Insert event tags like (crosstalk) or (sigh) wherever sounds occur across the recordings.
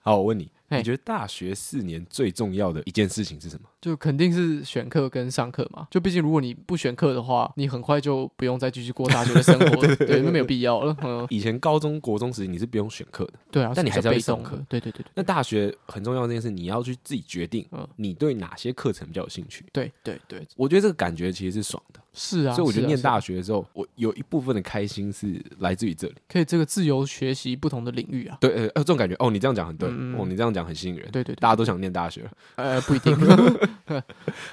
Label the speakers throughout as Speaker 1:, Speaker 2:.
Speaker 1: 好，我问你，
Speaker 2: 嘿
Speaker 1: 你觉得大学四年最重要的一件事情是什么？
Speaker 2: 就肯定是选课跟上课嘛。就毕竟如果你不选课的话，你很快就不用再继续过大学
Speaker 1: (laughs)
Speaker 2: 的生活了，对，那没有必要了。嗯，
Speaker 1: 以前高中国中时期你是不用选课的，
Speaker 2: 对啊，
Speaker 1: 但你还
Speaker 2: 比
Speaker 1: 是
Speaker 2: 较
Speaker 1: 要
Speaker 2: 被
Speaker 1: 去上
Speaker 2: 动
Speaker 1: 课
Speaker 2: 的，对对对对
Speaker 1: 那大学很重要的这件事，你要去自己决定
Speaker 2: 嗯，
Speaker 1: 你对哪些课程比较有兴趣。
Speaker 2: 对对对，
Speaker 1: 我觉得这个感觉其实是爽的，
Speaker 2: 是啊。
Speaker 1: 所以我觉
Speaker 2: 是
Speaker 1: 得
Speaker 2: 啊
Speaker 1: 念
Speaker 2: 是啊
Speaker 1: 大学的时候，我有一部分的开心是来自于这里。
Speaker 2: 可以这个自由学习不同的领域啊。
Speaker 1: 对，呃，这种感觉，哦，你这样讲很对，
Speaker 2: 嗯
Speaker 1: 哦，你这样讲很吸引人，
Speaker 2: 对对对，
Speaker 1: 大家都想念大学。
Speaker 2: 呃，不
Speaker 1: (laughs)
Speaker 2: 一定。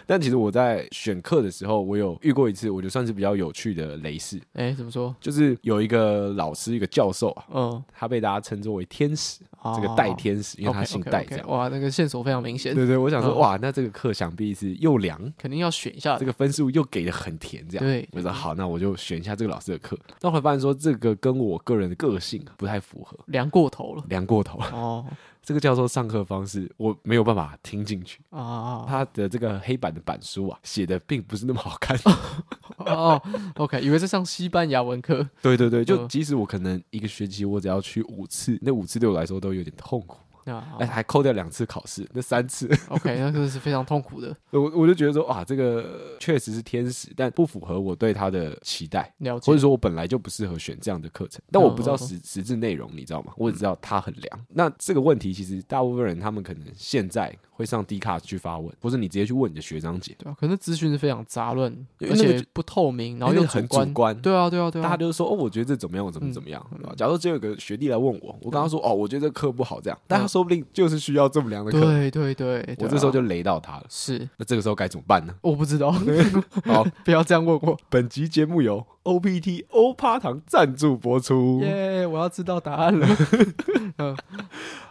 Speaker 1: 但其实我在选课的时候，我有遇过一次，我觉得算是比较有趣的雷事，
Speaker 2: 哎、怎么说？
Speaker 1: 就是有一个老师，一个教授啊，
Speaker 2: 嗯，
Speaker 1: 他被大家称作为天使，
Speaker 2: 啊
Speaker 1: 这个戴天使，因为他姓戴这
Speaker 2: o k o k
Speaker 1: 样。
Speaker 2: 哇，那个线索非常明显，
Speaker 1: 哦对对，我想说，
Speaker 2: 嗯
Speaker 1: 哇，那这个课想必是又凉，
Speaker 2: 肯定要选一下。
Speaker 1: 这个分数又给的很甜，这样。
Speaker 2: 对，
Speaker 1: 我说好，那我就选一下这个老师的课。但后来发现说，这个跟我个人的个性啊不太符合，
Speaker 2: 凉嗯过头了。
Speaker 1: 凉过头 (laughs) 了。
Speaker 2: 哦
Speaker 1: 这个教授上课方式我没有办法听进去，
Speaker 2: 啊啊
Speaker 1: 他的这个黑板的板书啊写的并不是那么好看。
Speaker 2: 啊哦，OK，以为在上西班牙文课。
Speaker 1: 对对对， (laughs) 就
Speaker 2: 嗯
Speaker 1: 即使我可能一个学期我只要去五次，那五次对我来说都有点痛苦。
Speaker 2: 那、
Speaker 1: 哎，还扣掉两次考试，那三次，
Speaker 2: OK，那个是非常痛苦的。
Speaker 1: 我我就觉得说，哇，这个确实是天使，但不符合我对他的期待。
Speaker 2: 了解
Speaker 1: 或者。说我本来就不适合选这样的课程，但我不知道
Speaker 2: 嗯嗯
Speaker 1: 实实质内容，你知道吗？我只知道它很凉。那这个问题其实大部分人他们可能现在会上 D 卡去发问，或者你直接去问你的学长姐，
Speaker 2: 对啊，可能资讯是非常杂乱，
Speaker 1: 因为
Speaker 2: 而
Speaker 1: 那个
Speaker 2: 且不透明，然后
Speaker 1: 因为
Speaker 2: 又
Speaker 1: 那个很
Speaker 2: 观。
Speaker 1: 主观。
Speaker 2: 对啊，对啊，对啊。
Speaker 1: 大家就是说哦，我觉得这怎么样，我怎么怎么样。
Speaker 2: 嗯
Speaker 1: 对吧假如只有个学弟来问我，我跟他说哦，我觉得这课不好这样，但他说不定就是需要这么凉的课，
Speaker 2: 对对对，对
Speaker 1: 我
Speaker 2: 啊
Speaker 1: 这时候就雷到他了。
Speaker 2: 是
Speaker 1: 那这个时候该怎么 (laughs) 办呢？
Speaker 2: 我不知道， (laughs)
Speaker 1: 好，
Speaker 2: 不要这样问我。
Speaker 1: 本集节目由 OPT 欧趴堂赞助播出。
Speaker 2: 耶、我要知道答
Speaker 1: (laughs)
Speaker 2: 案了。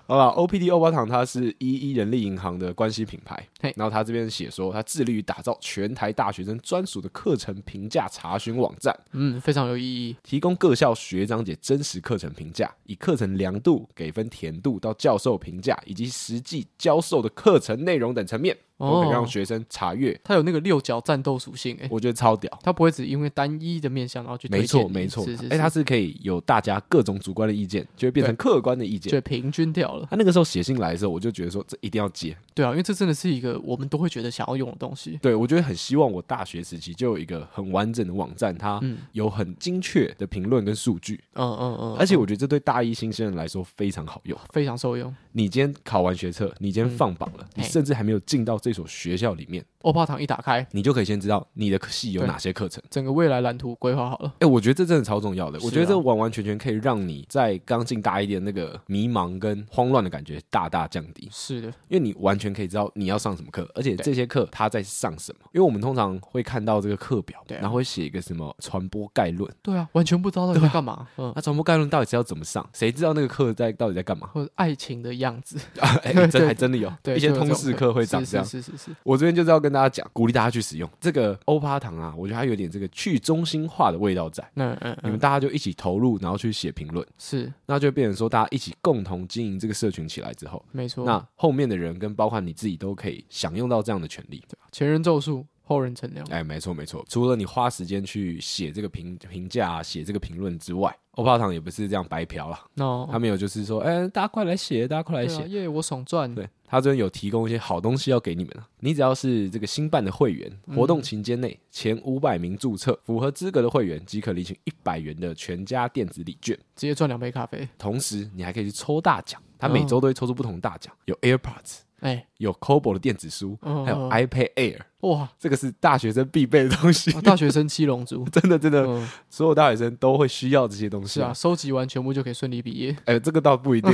Speaker 1: 好了，OPT 欧巴糖它是一一人力银行的关系品牌
Speaker 2: 嘿，
Speaker 1: 然后它这边写说，它致力于打造全台大学生专属的课程评价查询网站，
Speaker 2: 嗯，非常有意义。
Speaker 1: 提供各校学长姐真实课程评价，以课程凉度、给分甜度到教授评价以及实际教授的课程内容等层面，都可以让
Speaker 2: 哦，
Speaker 1: 学生查阅。
Speaker 2: 它有那个六角战斗属性、哎，
Speaker 1: 我觉得超屌，
Speaker 2: 它不会只因为单一的面向然后去推
Speaker 1: 没错
Speaker 2: 荐你
Speaker 1: 没错
Speaker 2: 是是，
Speaker 1: 哎，
Speaker 2: 是
Speaker 1: 它是可以有大家各种主观的意见，就会变成客观的意见。
Speaker 2: 就平均掉了。
Speaker 1: 他那个时候写信来的时候，我就觉得说这一定要接，
Speaker 2: 对啊，因为这真的是一个我们都会觉得想要用的东西。
Speaker 1: 对，我觉得很希望我大学时期就有一个很完整的网站，它
Speaker 2: 嗯
Speaker 1: 有很精确的评论跟数据，
Speaker 2: 嗯嗯嗯，
Speaker 1: 而且我觉得这对大一新生人来说非常好用。
Speaker 2: 非常受用。
Speaker 1: 你今天考完学测，你今天放榜了，你
Speaker 2: 嗯嘿
Speaker 1: 甚至还没有进到这所学校里面，
Speaker 2: 欧帕堂一打开，
Speaker 1: 你就可以先知道你的系有
Speaker 2: 对
Speaker 1: 哪些课程。
Speaker 2: 整个未来蓝图规划好了。
Speaker 1: 哎、我觉得这真的超重要的。
Speaker 2: 是啊
Speaker 1: 我觉得这完完全全可以让你在刚进大一的那个迷茫跟慌乱的感觉大大降低。
Speaker 2: 是的，
Speaker 1: 因为你完全可以知道你要上什么课，而且
Speaker 2: 对
Speaker 1: 这些课它在上什么。因为我们通常会看到这个课表，
Speaker 2: 对啊
Speaker 1: 然后会写一个什么传播概论。
Speaker 2: 对啊，完全不知道到底在干嘛。嗯，
Speaker 1: 那传播概论到底是要怎么上？谁知道那个课在到底在干
Speaker 2: (laughs)
Speaker 1: 嘛？
Speaker 2: 或者爱情的样子，
Speaker 1: 哎、
Speaker 2: 对
Speaker 1: 真
Speaker 2: 对
Speaker 1: 还真的有
Speaker 2: 对，
Speaker 1: 一些
Speaker 2: 就有这
Speaker 1: 通
Speaker 2: 种
Speaker 1: 识课会长这样。
Speaker 2: 是是是是是，
Speaker 1: 我这边就是要跟大家讲，鼓励大家去使用这个欧趴堂啊，我觉得它有点这个去中心化的味道在。
Speaker 2: 那嗯
Speaker 1: 你们
Speaker 2: 嗯
Speaker 1: 大家就一起投入，然后去写评论，
Speaker 2: 是
Speaker 1: 那就变成说大家一起共同经营这个社群起来之后，
Speaker 2: 没错。
Speaker 1: 那后面的人跟包括你自己都可以享用到这样的权利。
Speaker 2: 前人咒术，后人乘凉。
Speaker 1: 哎，没错没错，除了你花时间去写这个评评价、啊、写这个评论之外，欧巴糖也不是这样白嫖啦，
Speaker 2: 那
Speaker 1: 他们有就是说，哎、大家快来写，大家快来
Speaker 2: 对
Speaker 1: 写。
Speaker 2: 啊，哦耶，我爽赚。
Speaker 1: 对他这边有提供一些好东西要给你们啊，你只要是这个新办的会员，活
Speaker 2: 嗯
Speaker 1: 动期间内前五百名注册符合资格的会员，即可领取一百元的全家电子礼券，
Speaker 2: 直接赚两杯咖啡。
Speaker 1: 同时你还可以去抽大奖，他
Speaker 2: 哦
Speaker 1: 每周都会抽出不同的大奖，有 AirPods，
Speaker 2: 哎，
Speaker 1: 有 Kobo 的电子书，
Speaker 2: 嗯
Speaker 1: 还有
Speaker 2: 嗯
Speaker 1: iPad Air，
Speaker 2: 哇，
Speaker 1: 这个是大学生必备的东西
Speaker 2: 啊，大学生七龙珠。
Speaker 1: (laughs) 真的真的。
Speaker 2: 嗯，
Speaker 1: 所有大学生都会需要这些东西
Speaker 2: 是啊，。收集完全部就可以顺利毕业。
Speaker 1: 哎、这个倒不一
Speaker 2: (laughs)
Speaker 1: 定。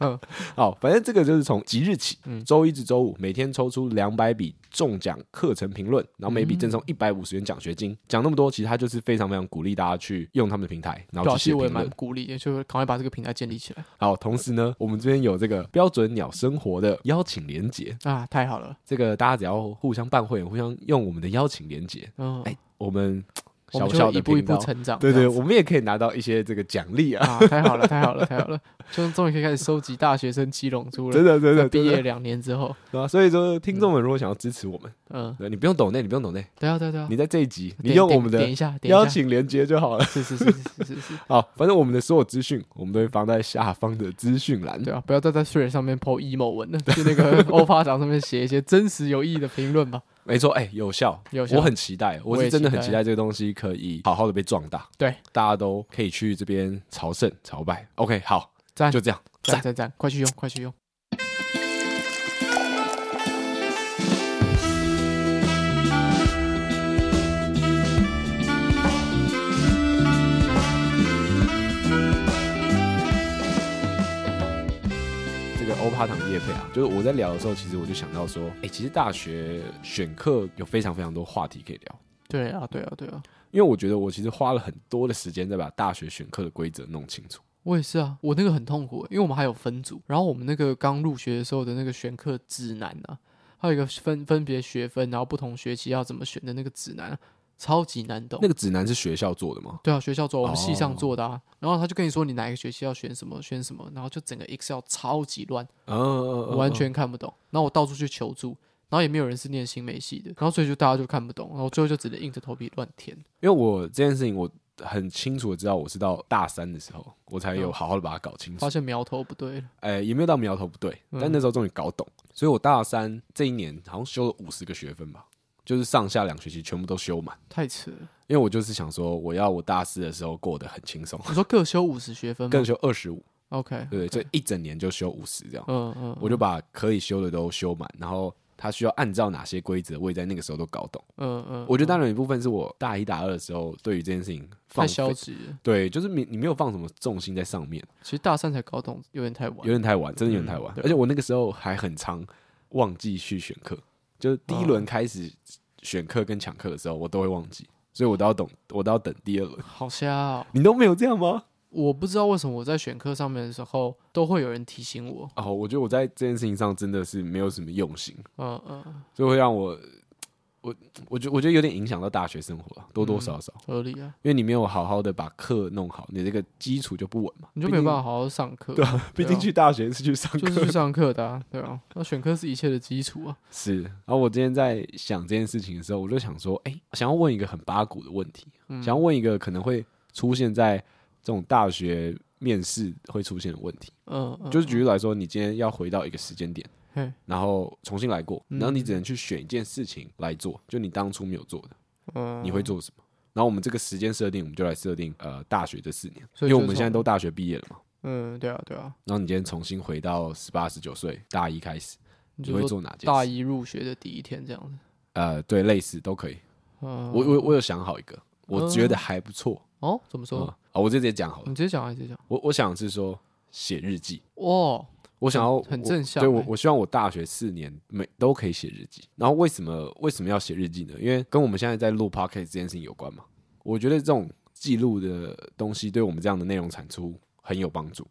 Speaker 2: 嗯，
Speaker 1: 好，反正这个就是从即日起
Speaker 2: 嗯，
Speaker 1: 周一至周五每天抽出两百笔中奖课程评论，然后每笔赠
Speaker 2: 嗯
Speaker 1: 送一百五十元奖学金。讲那么多，其实他就是非常非常鼓励大家去用他们的平台，然
Speaker 2: 对
Speaker 1: 后去
Speaker 2: 啊，其
Speaker 1: 写
Speaker 2: 实我也
Speaker 1: 评
Speaker 2: 蛮
Speaker 1: 论。
Speaker 2: 鼓励的，就是赶快把这个平台建立起来
Speaker 1: 好，同时呢，我们这边有这个标准鸟生活的邀请连接，
Speaker 2: 啊，太好了。
Speaker 1: 这个大家只要互相办会员，互相用我们的邀请连接，
Speaker 2: 嗯，
Speaker 1: 哎我们
Speaker 2: 我
Speaker 1: 小
Speaker 2: 们就
Speaker 1: 小
Speaker 2: 会
Speaker 1: 的
Speaker 2: 一步一
Speaker 1: 频
Speaker 2: 步
Speaker 1: 道。
Speaker 2: 成长。
Speaker 1: 对
Speaker 2: 这
Speaker 1: 对，
Speaker 2: 样子
Speaker 1: 我们也可以拿到一些这个奖励啊！
Speaker 2: 啊，太好了，太好了，太好了，就终于可以开始收集大学生七龙珠了。
Speaker 1: 真的真的
Speaker 2: 毕
Speaker 1: 真
Speaker 2: 业
Speaker 1: 的
Speaker 2: 两年之后，
Speaker 1: 对啊！所以说，听众们如果想要支持我们，
Speaker 2: 嗯，
Speaker 1: 对你不用抖内，你不用抖内，
Speaker 2: 对啊，对啊，对啊，
Speaker 1: 你在这一集你
Speaker 2: 点
Speaker 1: 用
Speaker 2: 点
Speaker 1: 我们
Speaker 2: 点
Speaker 1: 的
Speaker 2: 一下，点
Speaker 1: 邀
Speaker 2: 一下，
Speaker 1: 请连接就好了。
Speaker 2: 是是是是是
Speaker 1: (laughs)
Speaker 2: 是，
Speaker 1: 好，反正我们的所有资讯我们都会放在下方的资讯栏。
Speaker 2: 对啊，不要再在 Twitter 上面 po emo 文 (laughs) 了，去
Speaker 1: (laughs)
Speaker 2: 那个欧巴掌上面写一些真实有意义的评论吧。
Speaker 1: 没错，哎、有效，
Speaker 2: 有效
Speaker 1: 我很期待，我
Speaker 2: 我
Speaker 1: 是
Speaker 2: 也
Speaker 1: 真的
Speaker 2: 期
Speaker 1: 很
Speaker 2: 待
Speaker 1: 期待这个东西可以好好的被壮大。
Speaker 2: 对，
Speaker 1: 大家都可以去这边朝圣朝拜。OK，好，
Speaker 2: 赞
Speaker 1: 就这样，
Speaker 2: 赞赞赞，快去用，快去用。
Speaker 1: 这个欧帕糖叶配啊，就是我在聊的时候，其实我就想到说，哎、其实大学选课有非常非常多话题可以聊，
Speaker 2: 对啊，对啊，对啊，
Speaker 1: 因为我觉得我其实花了很多的时间在把大学选课的规则弄清楚。
Speaker 2: 我也是啊，我那个很痛苦欸，因为我们还有分组，然后我们那个刚入学的时候的那个选课指南啊，还有一个分分别学分，然后不同学期要怎么选的那个指南啊，超级难懂
Speaker 1: 那。个指南是学校做的吗？
Speaker 2: 对啊，学校做，我们系上
Speaker 1: 哦
Speaker 2: 做的啊。然后他就跟你说你哪一个学期要选什么，选什么，然后就整个 Excel 超级乱，
Speaker 1: 嗯嗯，嗯
Speaker 2: 我完全看不懂。然后我到处去求助，然后也没有人是念新美系的，然后所以就大家就看不懂，然后最后就只能硬着头皮乱填。
Speaker 1: 因为我这件事情我很清楚的知道，我是到大三的时候，我才有好好的把它搞清楚
Speaker 2: 嗯发。现苗头不对了，
Speaker 1: 呃，也没有到苗头不对，
Speaker 2: 嗯
Speaker 1: 但那时候终于搞懂，所以我大三这一年好像修了五十个学分吧，就是上下两学期全部都修满。
Speaker 2: 太扯了。
Speaker 1: 因为我就是想说，我要我大四的时候过得很轻松，
Speaker 2: 你说各修五十学分吗
Speaker 1: 更修二十五，
Speaker 2: ？OK，
Speaker 1: 对不对？所以一整年就修五十这样，
Speaker 2: 嗯嗯，
Speaker 1: 我就把可以修的都修满，然后他需要按照哪些规则，我也在那个时候都搞懂。
Speaker 2: 嗯嗯，
Speaker 1: 我觉得当然有一部分是我大一大二的时候对于这件事情
Speaker 2: 太
Speaker 1: 放
Speaker 2: 消
Speaker 1: 飞，
Speaker 2: 极了。
Speaker 1: 对，就是你你没有放什么重心在上面。
Speaker 2: 其实大三才搞懂，有点太晚
Speaker 1: 有。点太晚，真的有点太晚
Speaker 2: 嗯。对
Speaker 1: 而且我那个时候还很常忘记去选课，就是第一轮开始选课跟抢课的时候，我都会忘记，所以我都要等，我都要等第二轮。
Speaker 2: 好瞎哦！
Speaker 1: 你都没有这样吗？
Speaker 2: 我不知道为什么我在选课上面的时候都会有人提醒我。
Speaker 1: 哦，我觉得我在这件事情上真的是没有什么用心，
Speaker 2: 嗯嗯，
Speaker 1: 所以会让我，我我觉我觉得有点影响到大学生活了，多多少少，
Speaker 2: 合理啊，
Speaker 1: 因为你没有好好的把课弄好，你这个基础就不稳嘛。
Speaker 2: 你就没有办法好好上
Speaker 1: 毕竟，
Speaker 2: 课。
Speaker 1: 对啊，毕竟去大学是去上课，
Speaker 2: 就是去上课的、啊，对啊，那选科是一切的基础啊。
Speaker 1: (laughs) 是，然后我今天在想这件事情的时候，我就想说，哎、想要问一个很八股的问题，
Speaker 2: 嗯
Speaker 1: 想要问一个可能会出现在这种大学面试会出现的问题。
Speaker 2: 嗯，嗯
Speaker 1: 就是举例来说，你今天要回到一个时间点
Speaker 2: 嘿，嗯
Speaker 1: 然后重新来过，然后你只能去选一件事情来做，就你当初没有做的，
Speaker 2: 嗯，
Speaker 1: 你会做什么？然后我们这个时间设定，我们就来设定呃大学这四年，
Speaker 2: 所
Speaker 1: 因
Speaker 2: 以
Speaker 1: 为
Speaker 2: 就
Speaker 1: 我们现在
Speaker 2: 从
Speaker 1: 都大学毕业了嘛。
Speaker 2: 嗯，对啊，对啊，
Speaker 1: 然后你今天重新回到十八、十九岁大一开始，
Speaker 2: 你
Speaker 1: 你
Speaker 2: 就
Speaker 1: 会
Speaker 2: 说
Speaker 1: 做哪件事？
Speaker 2: 大一入学的第一天这样子。
Speaker 1: 呃，对，类似都可以。
Speaker 2: 嗯，
Speaker 1: 我我我有想好一个，我觉得还不错。
Speaker 2: 哦，怎
Speaker 1: 嗯，
Speaker 2: 么嗯说？
Speaker 1: 啊、我就直接讲好了。
Speaker 2: 你直接讲啊，你直接讲。
Speaker 1: 我我想的是说写日记，
Speaker 2: 哇，
Speaker 1: 我想要
Speaker 2: 很很
Speaker 1: 我
Speaker 2: 正向
Speaker 1: 对
Speaker 2: 欸
Speaker 1: 我我希望我大学四年每都可以写日记。然后为什么为什么要写日记呢？因为跟我们现在在录 podcast 这件事情有关嘛。我觉得这种记录的东西对我们这样的内容产出很有帮助。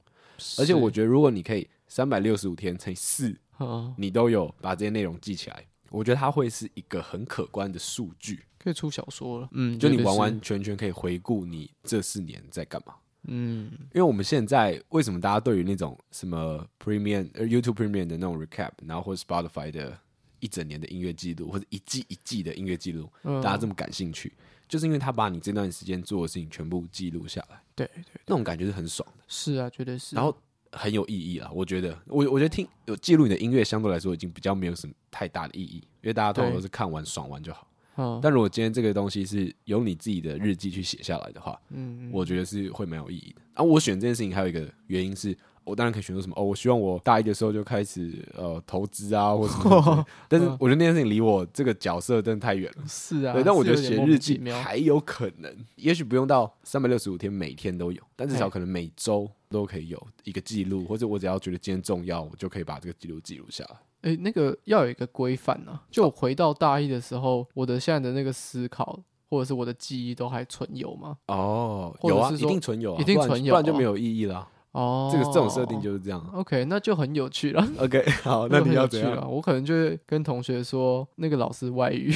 Speaker 1: 而且我
Speaker 2: 是
Speaker 1: 觉得如果你可以三百六十五天乘以四，
Speaker 2: 嗯，
Speaker 1: 你都有把这些内容记起来，我觉得它会是一个很可观的数据。
Speaker 2: 可以出小说了。嗯，
Speaker 1: 就
Speaker 2: 绝
Speaker 1: 你
Speaker 2: 对
Speaker 1: 完
Speaker 2: 是，
Speaker 1: 完全全可以回顾你这四年在干嘛。
Speaker 2: 嗯，
Speaker 1: 因为我们现在为什么大家对于那种什么 Premium 呃 YouTube Premium 的那种 recap，然后或者 Spotify 的一整年的音乐记录，或者一季一季的音乐记录，
Speaker 2: 嗯
Speaker 1: 大家这么感兴趣，就是因为他把你这段时间做的事情全部记录下来，
Speaker 2: 对对，
Speaker 1: 那种感觉是很爽的，
Speaker 2: 是啊，绝对是。
Speaker 1: 然后很有意义啊。我觉得，我我觉得听有记录你的音乐，相对来说已经比较没有什么太大的意义，因为大家通常都
Speaker 2: 对
Speaker 1: 是看完爽完就好。
Speaker 2: 嗯，
Speaker 1: 但如果今天这个东西是由你自己的日记去写下来的话，
Speaker 2: 嗯，嗯
Speaker 1: 我觉得是会蛮有意义的。然、后我选这件事情还有一个原因是，我当然可以选择什么哦，我希望我大一的时候就开始呃投资啊或什么什
Speaker 2: (laughs)
Speaker 1: 么之类的，但是我觉得那件事情离我这个角色真的太远了。
Speaker 2: 是嗯啊，
Speaker 1: 对，但我
Speaker 2: 是
Speaker 1: 觉得
Speaker 2: 有点
Speaker 1: 写
Speaker 2: 莫名
Speaker 1: 日
Speaker 2: 其
Speaker 1: 记
Speaker 2: 妙
Speaker 1: 还有可能，也许不用到三百六十五天每天都有，但至少可能每周都可以有一个记录，或者我只要觉得今天重要，我就可以把这个记录记录下来。
Speaker 2: 诶，那个要有一个规范啊。就我回到大一的时候，我的现在的那个思考或者是我的记忆都还存有吗？
Speaker 1: 哦，
Speaker 2: 或者
Speaker 1: 有啊，
Speaker 2: 是
Speaker 1: 一
Speaker 2: 说
Speaker 1: 定存有啊，
Speaker 2: 一定
Speaker 1: 不然
Speaker 2: 存有
Speaker 1: 不然就
Speaker 2: 啊
Speaker 1: 没有意义啦。
Speaker 2: 哦，
Speaker 1: 这个这种设定就是这样啊。
Speaker 2: OK，那就很有趣了。
Speaker 1: OK，好，哦
Speaker 2: (laughs)
Speaker 1: 那
Speaker 2: 就
Speaker 1: 你
Speaker 2: 很有
Speaker 1: 要怎
Speaker 2: 趣哦
Speaker 1: 样？ (laughs)
Speaker 2: 了？我可能就会跟同学说，那个老师外遇。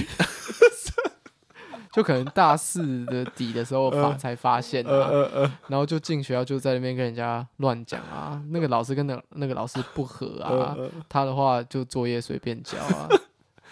Speaker 2: 就可能大四的底的时候发才发现
Speaker 1: 呃
Speaker 2: 啊，
Speaker 1: 呃呃，
Speaker 2: 然后就进学校就在那边跟人家乱讲啊，那个老师跟那那个老师不合
Speaker 1: 呃
Speaker 2: 啊，他的话就作业随便交
Speaker 1: (laughs)
Speaker 2: 啊，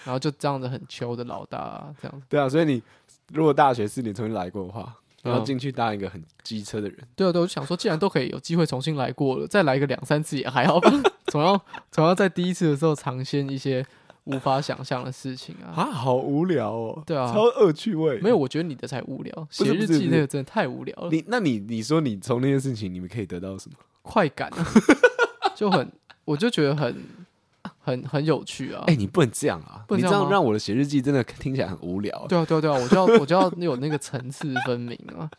Speaker 2: 然后就这样子很秋的老大、啊、这样子，
Speaker 1: 对啊，所以你如果大学四年重新来过的话，然后
Speaker 2: 嗯
Speaker 1: 进去当一个很机车的人，
Speaker 2: 对啊对啊，我就想说，既然都可以有机会重新来过了，再来个两三次也还好吧， (laughs) 总要总要在第一次的时候尝鲜一些无法想象的事情啊。
Speaker 1: 啊，好无聊哦，
Speaker 2: 对啊
Speaker 1: 超恶趣味。
Speaker 2: 没有，我觉得你的才无聊，
Speaker 1: 是
Speaker 2: 写
Speaker 1: 不
Speaker 2: 日
Speaker 1: 是
Speaker 2: 记
Speaker 1: 不
Speaker 2: 那
Speaker 1: 是
Speaker 2: 个真的太无聊了。
Speaker 1: 你，那你你说你从那件事情，你们可以得到什么？
Speaker 2: 快感、啊， (laughs) 就很，我就觉得很很很有趣啊。
Speaker 1: 哎、你不能这样啊！
Speaker 2: 不能
Speaker 1: 你
Speaker 2: 这
Speaker 1: 这
Speaker 2: 样
Speaker 1: 样
Speaker 2: 吗
Speaker 1: 让我的写日记真的听起来很无聊。
Speaker 2: 对啊，对啊，对啊，我就要我就要有那个层次分明啊，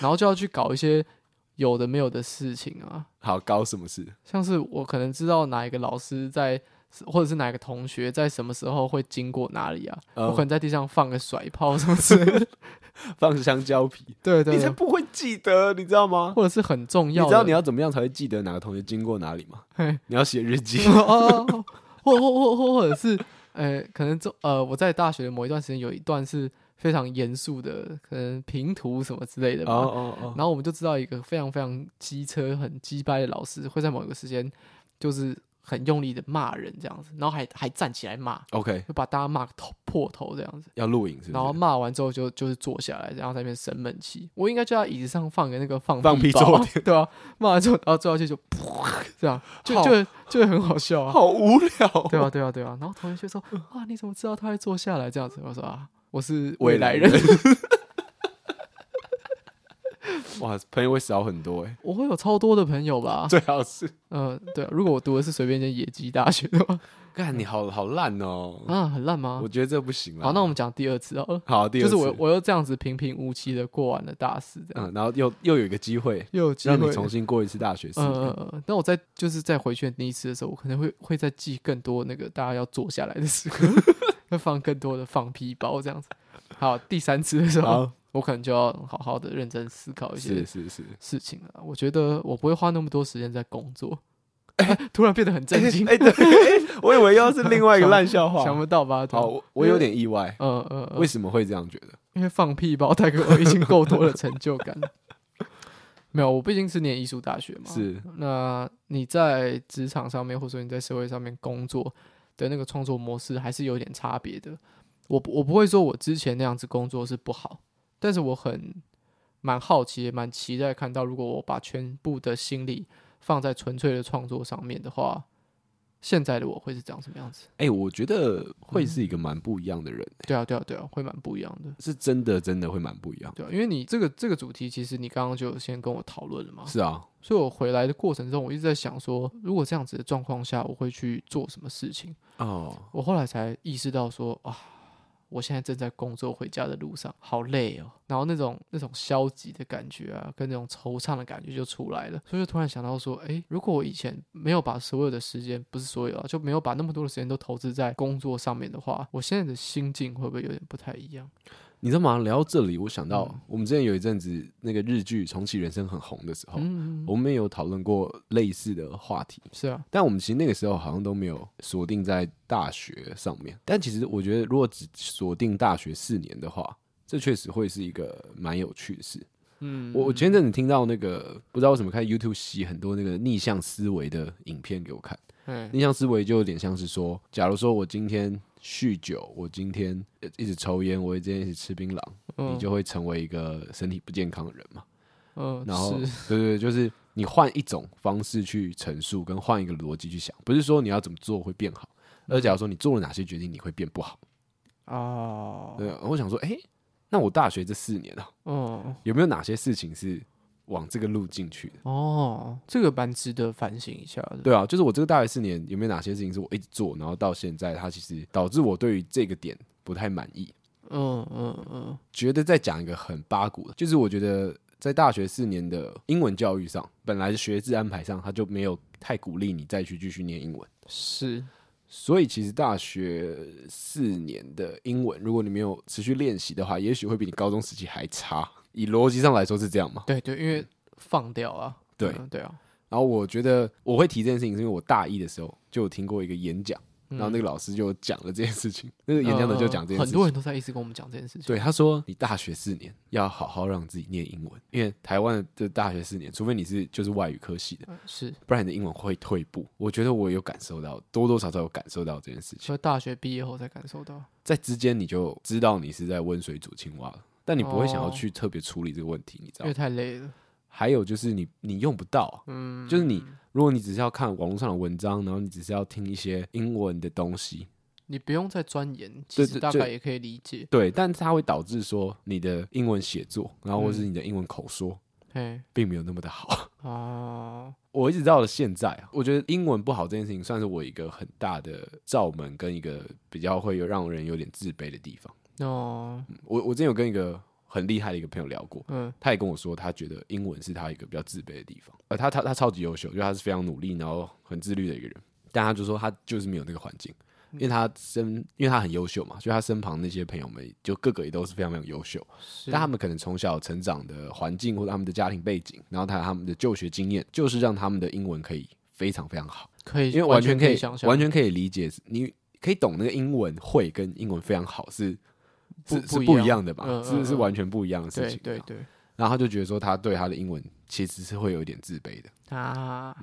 Speaker 2: 然后就要去搞一些有的没有的事情啊，
Speaker 1: 好，搞什么事？
Speaker 2: 像是我可能知道哪一个老师在。或者是哪个同学在什么时候会经过哪里啊？
Speaker 1: 嗯
Speaker 2: 我可能在地上放个甩炮什么之类
Speaker 1: (laughs)
Speaker 2: 的。
Speaker 1: 放香蕉皮，
Speaker 2: 对对
Speaker 1: 你才
Speaker 2: 对，
Speaker 1: 不会记得，你知道吗？
Speaker 2: 或者是很重
Speaker 1: 你
Speaker 2: 要的。
Speaker 1: 知道你要怎么样才会记得哪个同学经过哪里吗？
Speaker 2: 嘿。
Speaker 1: 你要写日记
Speaker 2: (laughs) 哦哦哦，或或或或或者是呃，可能中呃，我在大学的某一段时间有一段是非常严肃的，可能平图什么之类的
Speaker 1: 哦
Speaker 2: 吧。
Speaker 1: 哦哦，
Speaker 2: 然后我们就知道一个非常非常机车、很鸡掰的老师，会在某一个时间就是很用力的骂人这样子，然后还还站起来骂，
Speaker 1: OK，
Speaker 2: 就把大家骂个头破头这样子。
Speaker 1: 要录影是不是？
Speaker 2: 然后骂完之后就就是坐下来，然后在那边生闷气。我应该就在椅子上放个那个放
Speaker 1: 放屁
Speaker 2: 包
Speaker 1: 坐
Speaker 2: 对啊，骂完之后，然后坐下去就 (laughs) 这样，就
Speaker 1: 好
Speaker 2: 就就会很好笑啊。
Speaker 1: 好无聊 (laughs) 哦、
Speaker 2: 对啊，对啊，对啊。然后同学就说：“
Speaker 1: 嗯
Speaker 2: 啊，你怎么知道他会坐下来这样子？”我说：“啊，我是未
Speaker 1: 未
Speaker 2: 来
Speaker 1: 来
Speaker 2: 人
Speaker 1: 人， (laughs) 哇，朋友会少很多哎、
Speaker 2: (laughs) 我会有超多的朋友吧
Speaker 1: 最好是，？”
Speaker 2: 嗯、对啊。如果我读的是随便一间野鸡大学的
Speaker 1: (laughs)
Speaker 2: 话，
Speaker 1: 看你好好烂哦、
Speaker 2: 啊，很烂吗
Speaker 1: 我？觉得这不行了。
Speaker 2: 好，那我们讲第二次好了。
Speaker 1: 好，第二
Speaker 2: (laughs) 就
Speaker 1: 次
Speaker 2: 是我，我又这样子平平无奇的过完了大四，这样、
Speaker 1: 嗯，然后又又有一个机会
Speaker 2: 又有机
Speaker 1: 让你
Speaker 2: 会。
Speaker 1: 重新过一次大学四
Speaker 2: 嗯
Speaker 1: 年。
Speaker 2: 嗯嗯嗯，那我再就是再回去那一次的时候，我可能会会再记更多那个大家要坐下来的时刻， (laughs) 会放更多的放屁包这样子。好，第三次的时候，
Speaker 1: 好，
Speaker 2: 我可能就要好好的认真思考一些
Speaker 1: 是是是。
Speaker 2: 事情了。我觉得我不会花那么多时间在工作。突然变得很震惊，
Speaker 1: 哎、对，哎我以为又是另外一个烂笑话。
Speaker 2: (laughs) 想不到吧？对吧
Speaker 1: 好，，我我有点意外，
Speaker 2: 嗯嗯，
Speaker 1: 为
Speaker 2: 嗯
Speaker 1: 什么会这样觉得？
Speaker 2: 因为放屁包带给我已经够多的成就感了。没有，我毕竟是念艺术大学嘛。。
Speaker 1: 是
Speaker 2: 那你在职场上面，或者说你在社会上面工作的那个创作模式，还是有点差别的。我不我不会说我之前那样子工作是不好，但是我很蛮好奇，也蛮期待看到，如果我把全部的心力放在纯粹的创作上面的话，现在的我会是长什么样子？
Speaker 1: 哎、我觉得会是一个蛮不一样的人、
Speaker 2: 对啊，对啊，对啊，会蛮不一样的。
Speaker 1: 是真的真的会蛮不一样。
Speaker 2: 对啊，因为你这个这个主题，其实你刚刚就先跟我讨论了嘛，
Speaker 1: 是啊，
Speaker 2: 所以我回来的过程中，我一直在想说，如果这样子的状况下，我会去做什么事情？
Speaker 1: 哦，
Speaker 2: 我后来才意识到说啊，我现在正在工作回家的路上，好累哦。然后那种那种消极的感觉啊，跟那种惆怅的感觉就出来了。所以就突然想到说，诶，如果我以前没有把所有的时间，不是所有啊，就没有把那么多的时间都投资在工作上面的话，我现在的心境会不会有点不太一样？
Speaker 1: 你知道吗？聊到这里，我想到
Speaker 2: 嗯
Speaker 1: 我们之前有一阵子那个日剧《重启人生》很红的时候，
Speaker 2: 嗯，
Speaker 1: 我们也有讨论过类似的话题。
Speaker 2: 是啊，
Speaker 1: 但我们其实那个时候好像都没有锁定在大学上面。但其实我觉得，如果只锁定大学四年的话，这确实会是一个蛮有趣的事。
Speaker 2: 嗯，
Speaker 1: 我我前阵子听到那个不知道为什么看 YouTube 洗很多那个逆向思维的影片给我看，
Speaker 2: 嗯
Speaker 1: 逆向思维就有点像是说，假如说我今天酗酒，我今天呃一直抽烟，我今天一直吃槟榔，
Speaker 2: 嗯
Speaker 1: 你就会成为一个身体不健康的人嘛。
Speaker 2: 嗯，
Speaker 1: 然后
Speaker 2: 是
Speaker 1: 对对，对就是你换一种方式去陈述，跟换一个逻辑去想，不是说你要怎么做会变好，
Speaker 2: 嗯
Speaker 1: 而假如说你做了哪些决定，你会变不好。
Speaker 2: 哦，
Speaker 1: 对啊，我想说，诶，那我大学这四年啊，
Speaker 2: 嗯。
Speaker 1: 有没有哪些事情是往这个路径去的？
Speaker 2: 哦，这个蛮值得反省一下的。
Speaker 1: 对啊，就是我这个大学四年有没有哪些事情是我一直做，然后到现在，它其实导致我对于这个点不太满意。
Speaker 2: 嗯嗯嗯，
Speaker 1: 觉得再讲一个很八股的，就是我觉得在大学四年的英文教育上，本来学制安排上，它就没有太鼓励你再去继续念英文。
Speaker 2: 是，
Speaker 1: 所以其实大学四年的英文，如果你没有持续练习的话，也许会比你高中时期还差。以逻辑上来说是这样嘛？
Speaker 2: 对对，因为放掉啊。
Speaker 1: 对
Speaker 2: 嗯对啊，
Speaker 1: 然后我觉得我会提这件事情，是因为我大一的时候就有听过一个演讲，然后那个老师就讲了这件事情，那个演讲者就讲这件事情。
Speaker 2: 呃嗯很多人都在一直跟我们讲这件事情。
Speaker 1: 对，他说你大学四年要好好让自己念英文，因为台湾的大学四年，除非你是就是外语科系的，
Speaker 2: 嗯，是，
Speaker 1: 不然你的英文会退步。我觉得我有感受到，多多少少有感受到这件事情。
Speaker 2: 所以大学毕业后才感受到。
Speaker 1: 在之间你就知道你是在温水煮青蛙了，但你不会想要
Speaker 2: 哦
Speaker 1: 去特别处理这个问题，你知道
Speaker 2: 因
Speaker 1: 吗
Speaker 2: 为？太累了。
Speaker 1: 还有就是你你用不到啊、
Speaker 2: 嗯，
Speaker 1: 就是你如果你只是要看网络上的文章，然后你只是要听一些英文的东西，
Speaker 2: 你不用再钻研，其
Speaker 1: 对
Speaker 2: 实
Speaker 1: 对
Speaker 2: 大
Speaker 1: 对
Speaker 2: 概也可以理解。
Speaker 1: 对，但它会导致说你的英文写作，然后或
Speaker 2: 嗯
Speaker 1: 是你的英文口说，
Speaker 2: 嘿，
Speaker 1: 并没有那么的好。
Speaker 2: 哦，
Speaker 1: 我一直到了现在啊，我觉得英文不好这件事情，算是我一个很大的罩门，跟一个比较会有让人有点自卑的地方。嗯
Speaker 2: 哦，
Speaker 1: 我我之前有跟一个很厉害的一个朋友聊过，
Speaker 2: 嗯，
Speaker 1: 他也跟我说，他觉得英文是他一个比较自卑的地方。呃，他他他超级优秀，就他是非常努力，然后很自律的一个人，但他就说他就是没有那个环境，因为他身因为他很优秀嘛，所以他身旁那些朋友们就个个也都是非常非常优秀。
Speaker 2: 是
Speaker 1: 但他们可能从小成长的环境或者他们的家庭背景，然后他他们的就学经验，就是让他们的英文可以非常非常好，
Speaker 2: 可以，
Speaker 1: 因为
Speaker 2: 完
Speaker 1: 全
Speaker 2: 全
Speaker 1: 可以
Speaker 2: 想象，
Speaker 1: 完全可以理解，你可以懂那个英文会跟英文非常好是
Speaker 2: 不
Speaker 1: 是是
Speaker 2: 不
Speaker 1: 不
Speaker 2: 一
Speaker 1: 一
Speaker 2: 样
Speaker 1: 样的吧？
Speaker 2: 嗯
Speaker 1: 是
Speaker 2: 嗯
Speaker 1: 是
Speaker 2: 嗯
Speaker 1: 完全不啊一样的事
Speaker 2: 对
Speaker 1: 情。
Speaker 2: 对对
Speaker 1: 然后他就觉得说，他对他的英文其实是会有一点自卑的。
Speaker 2: 啊，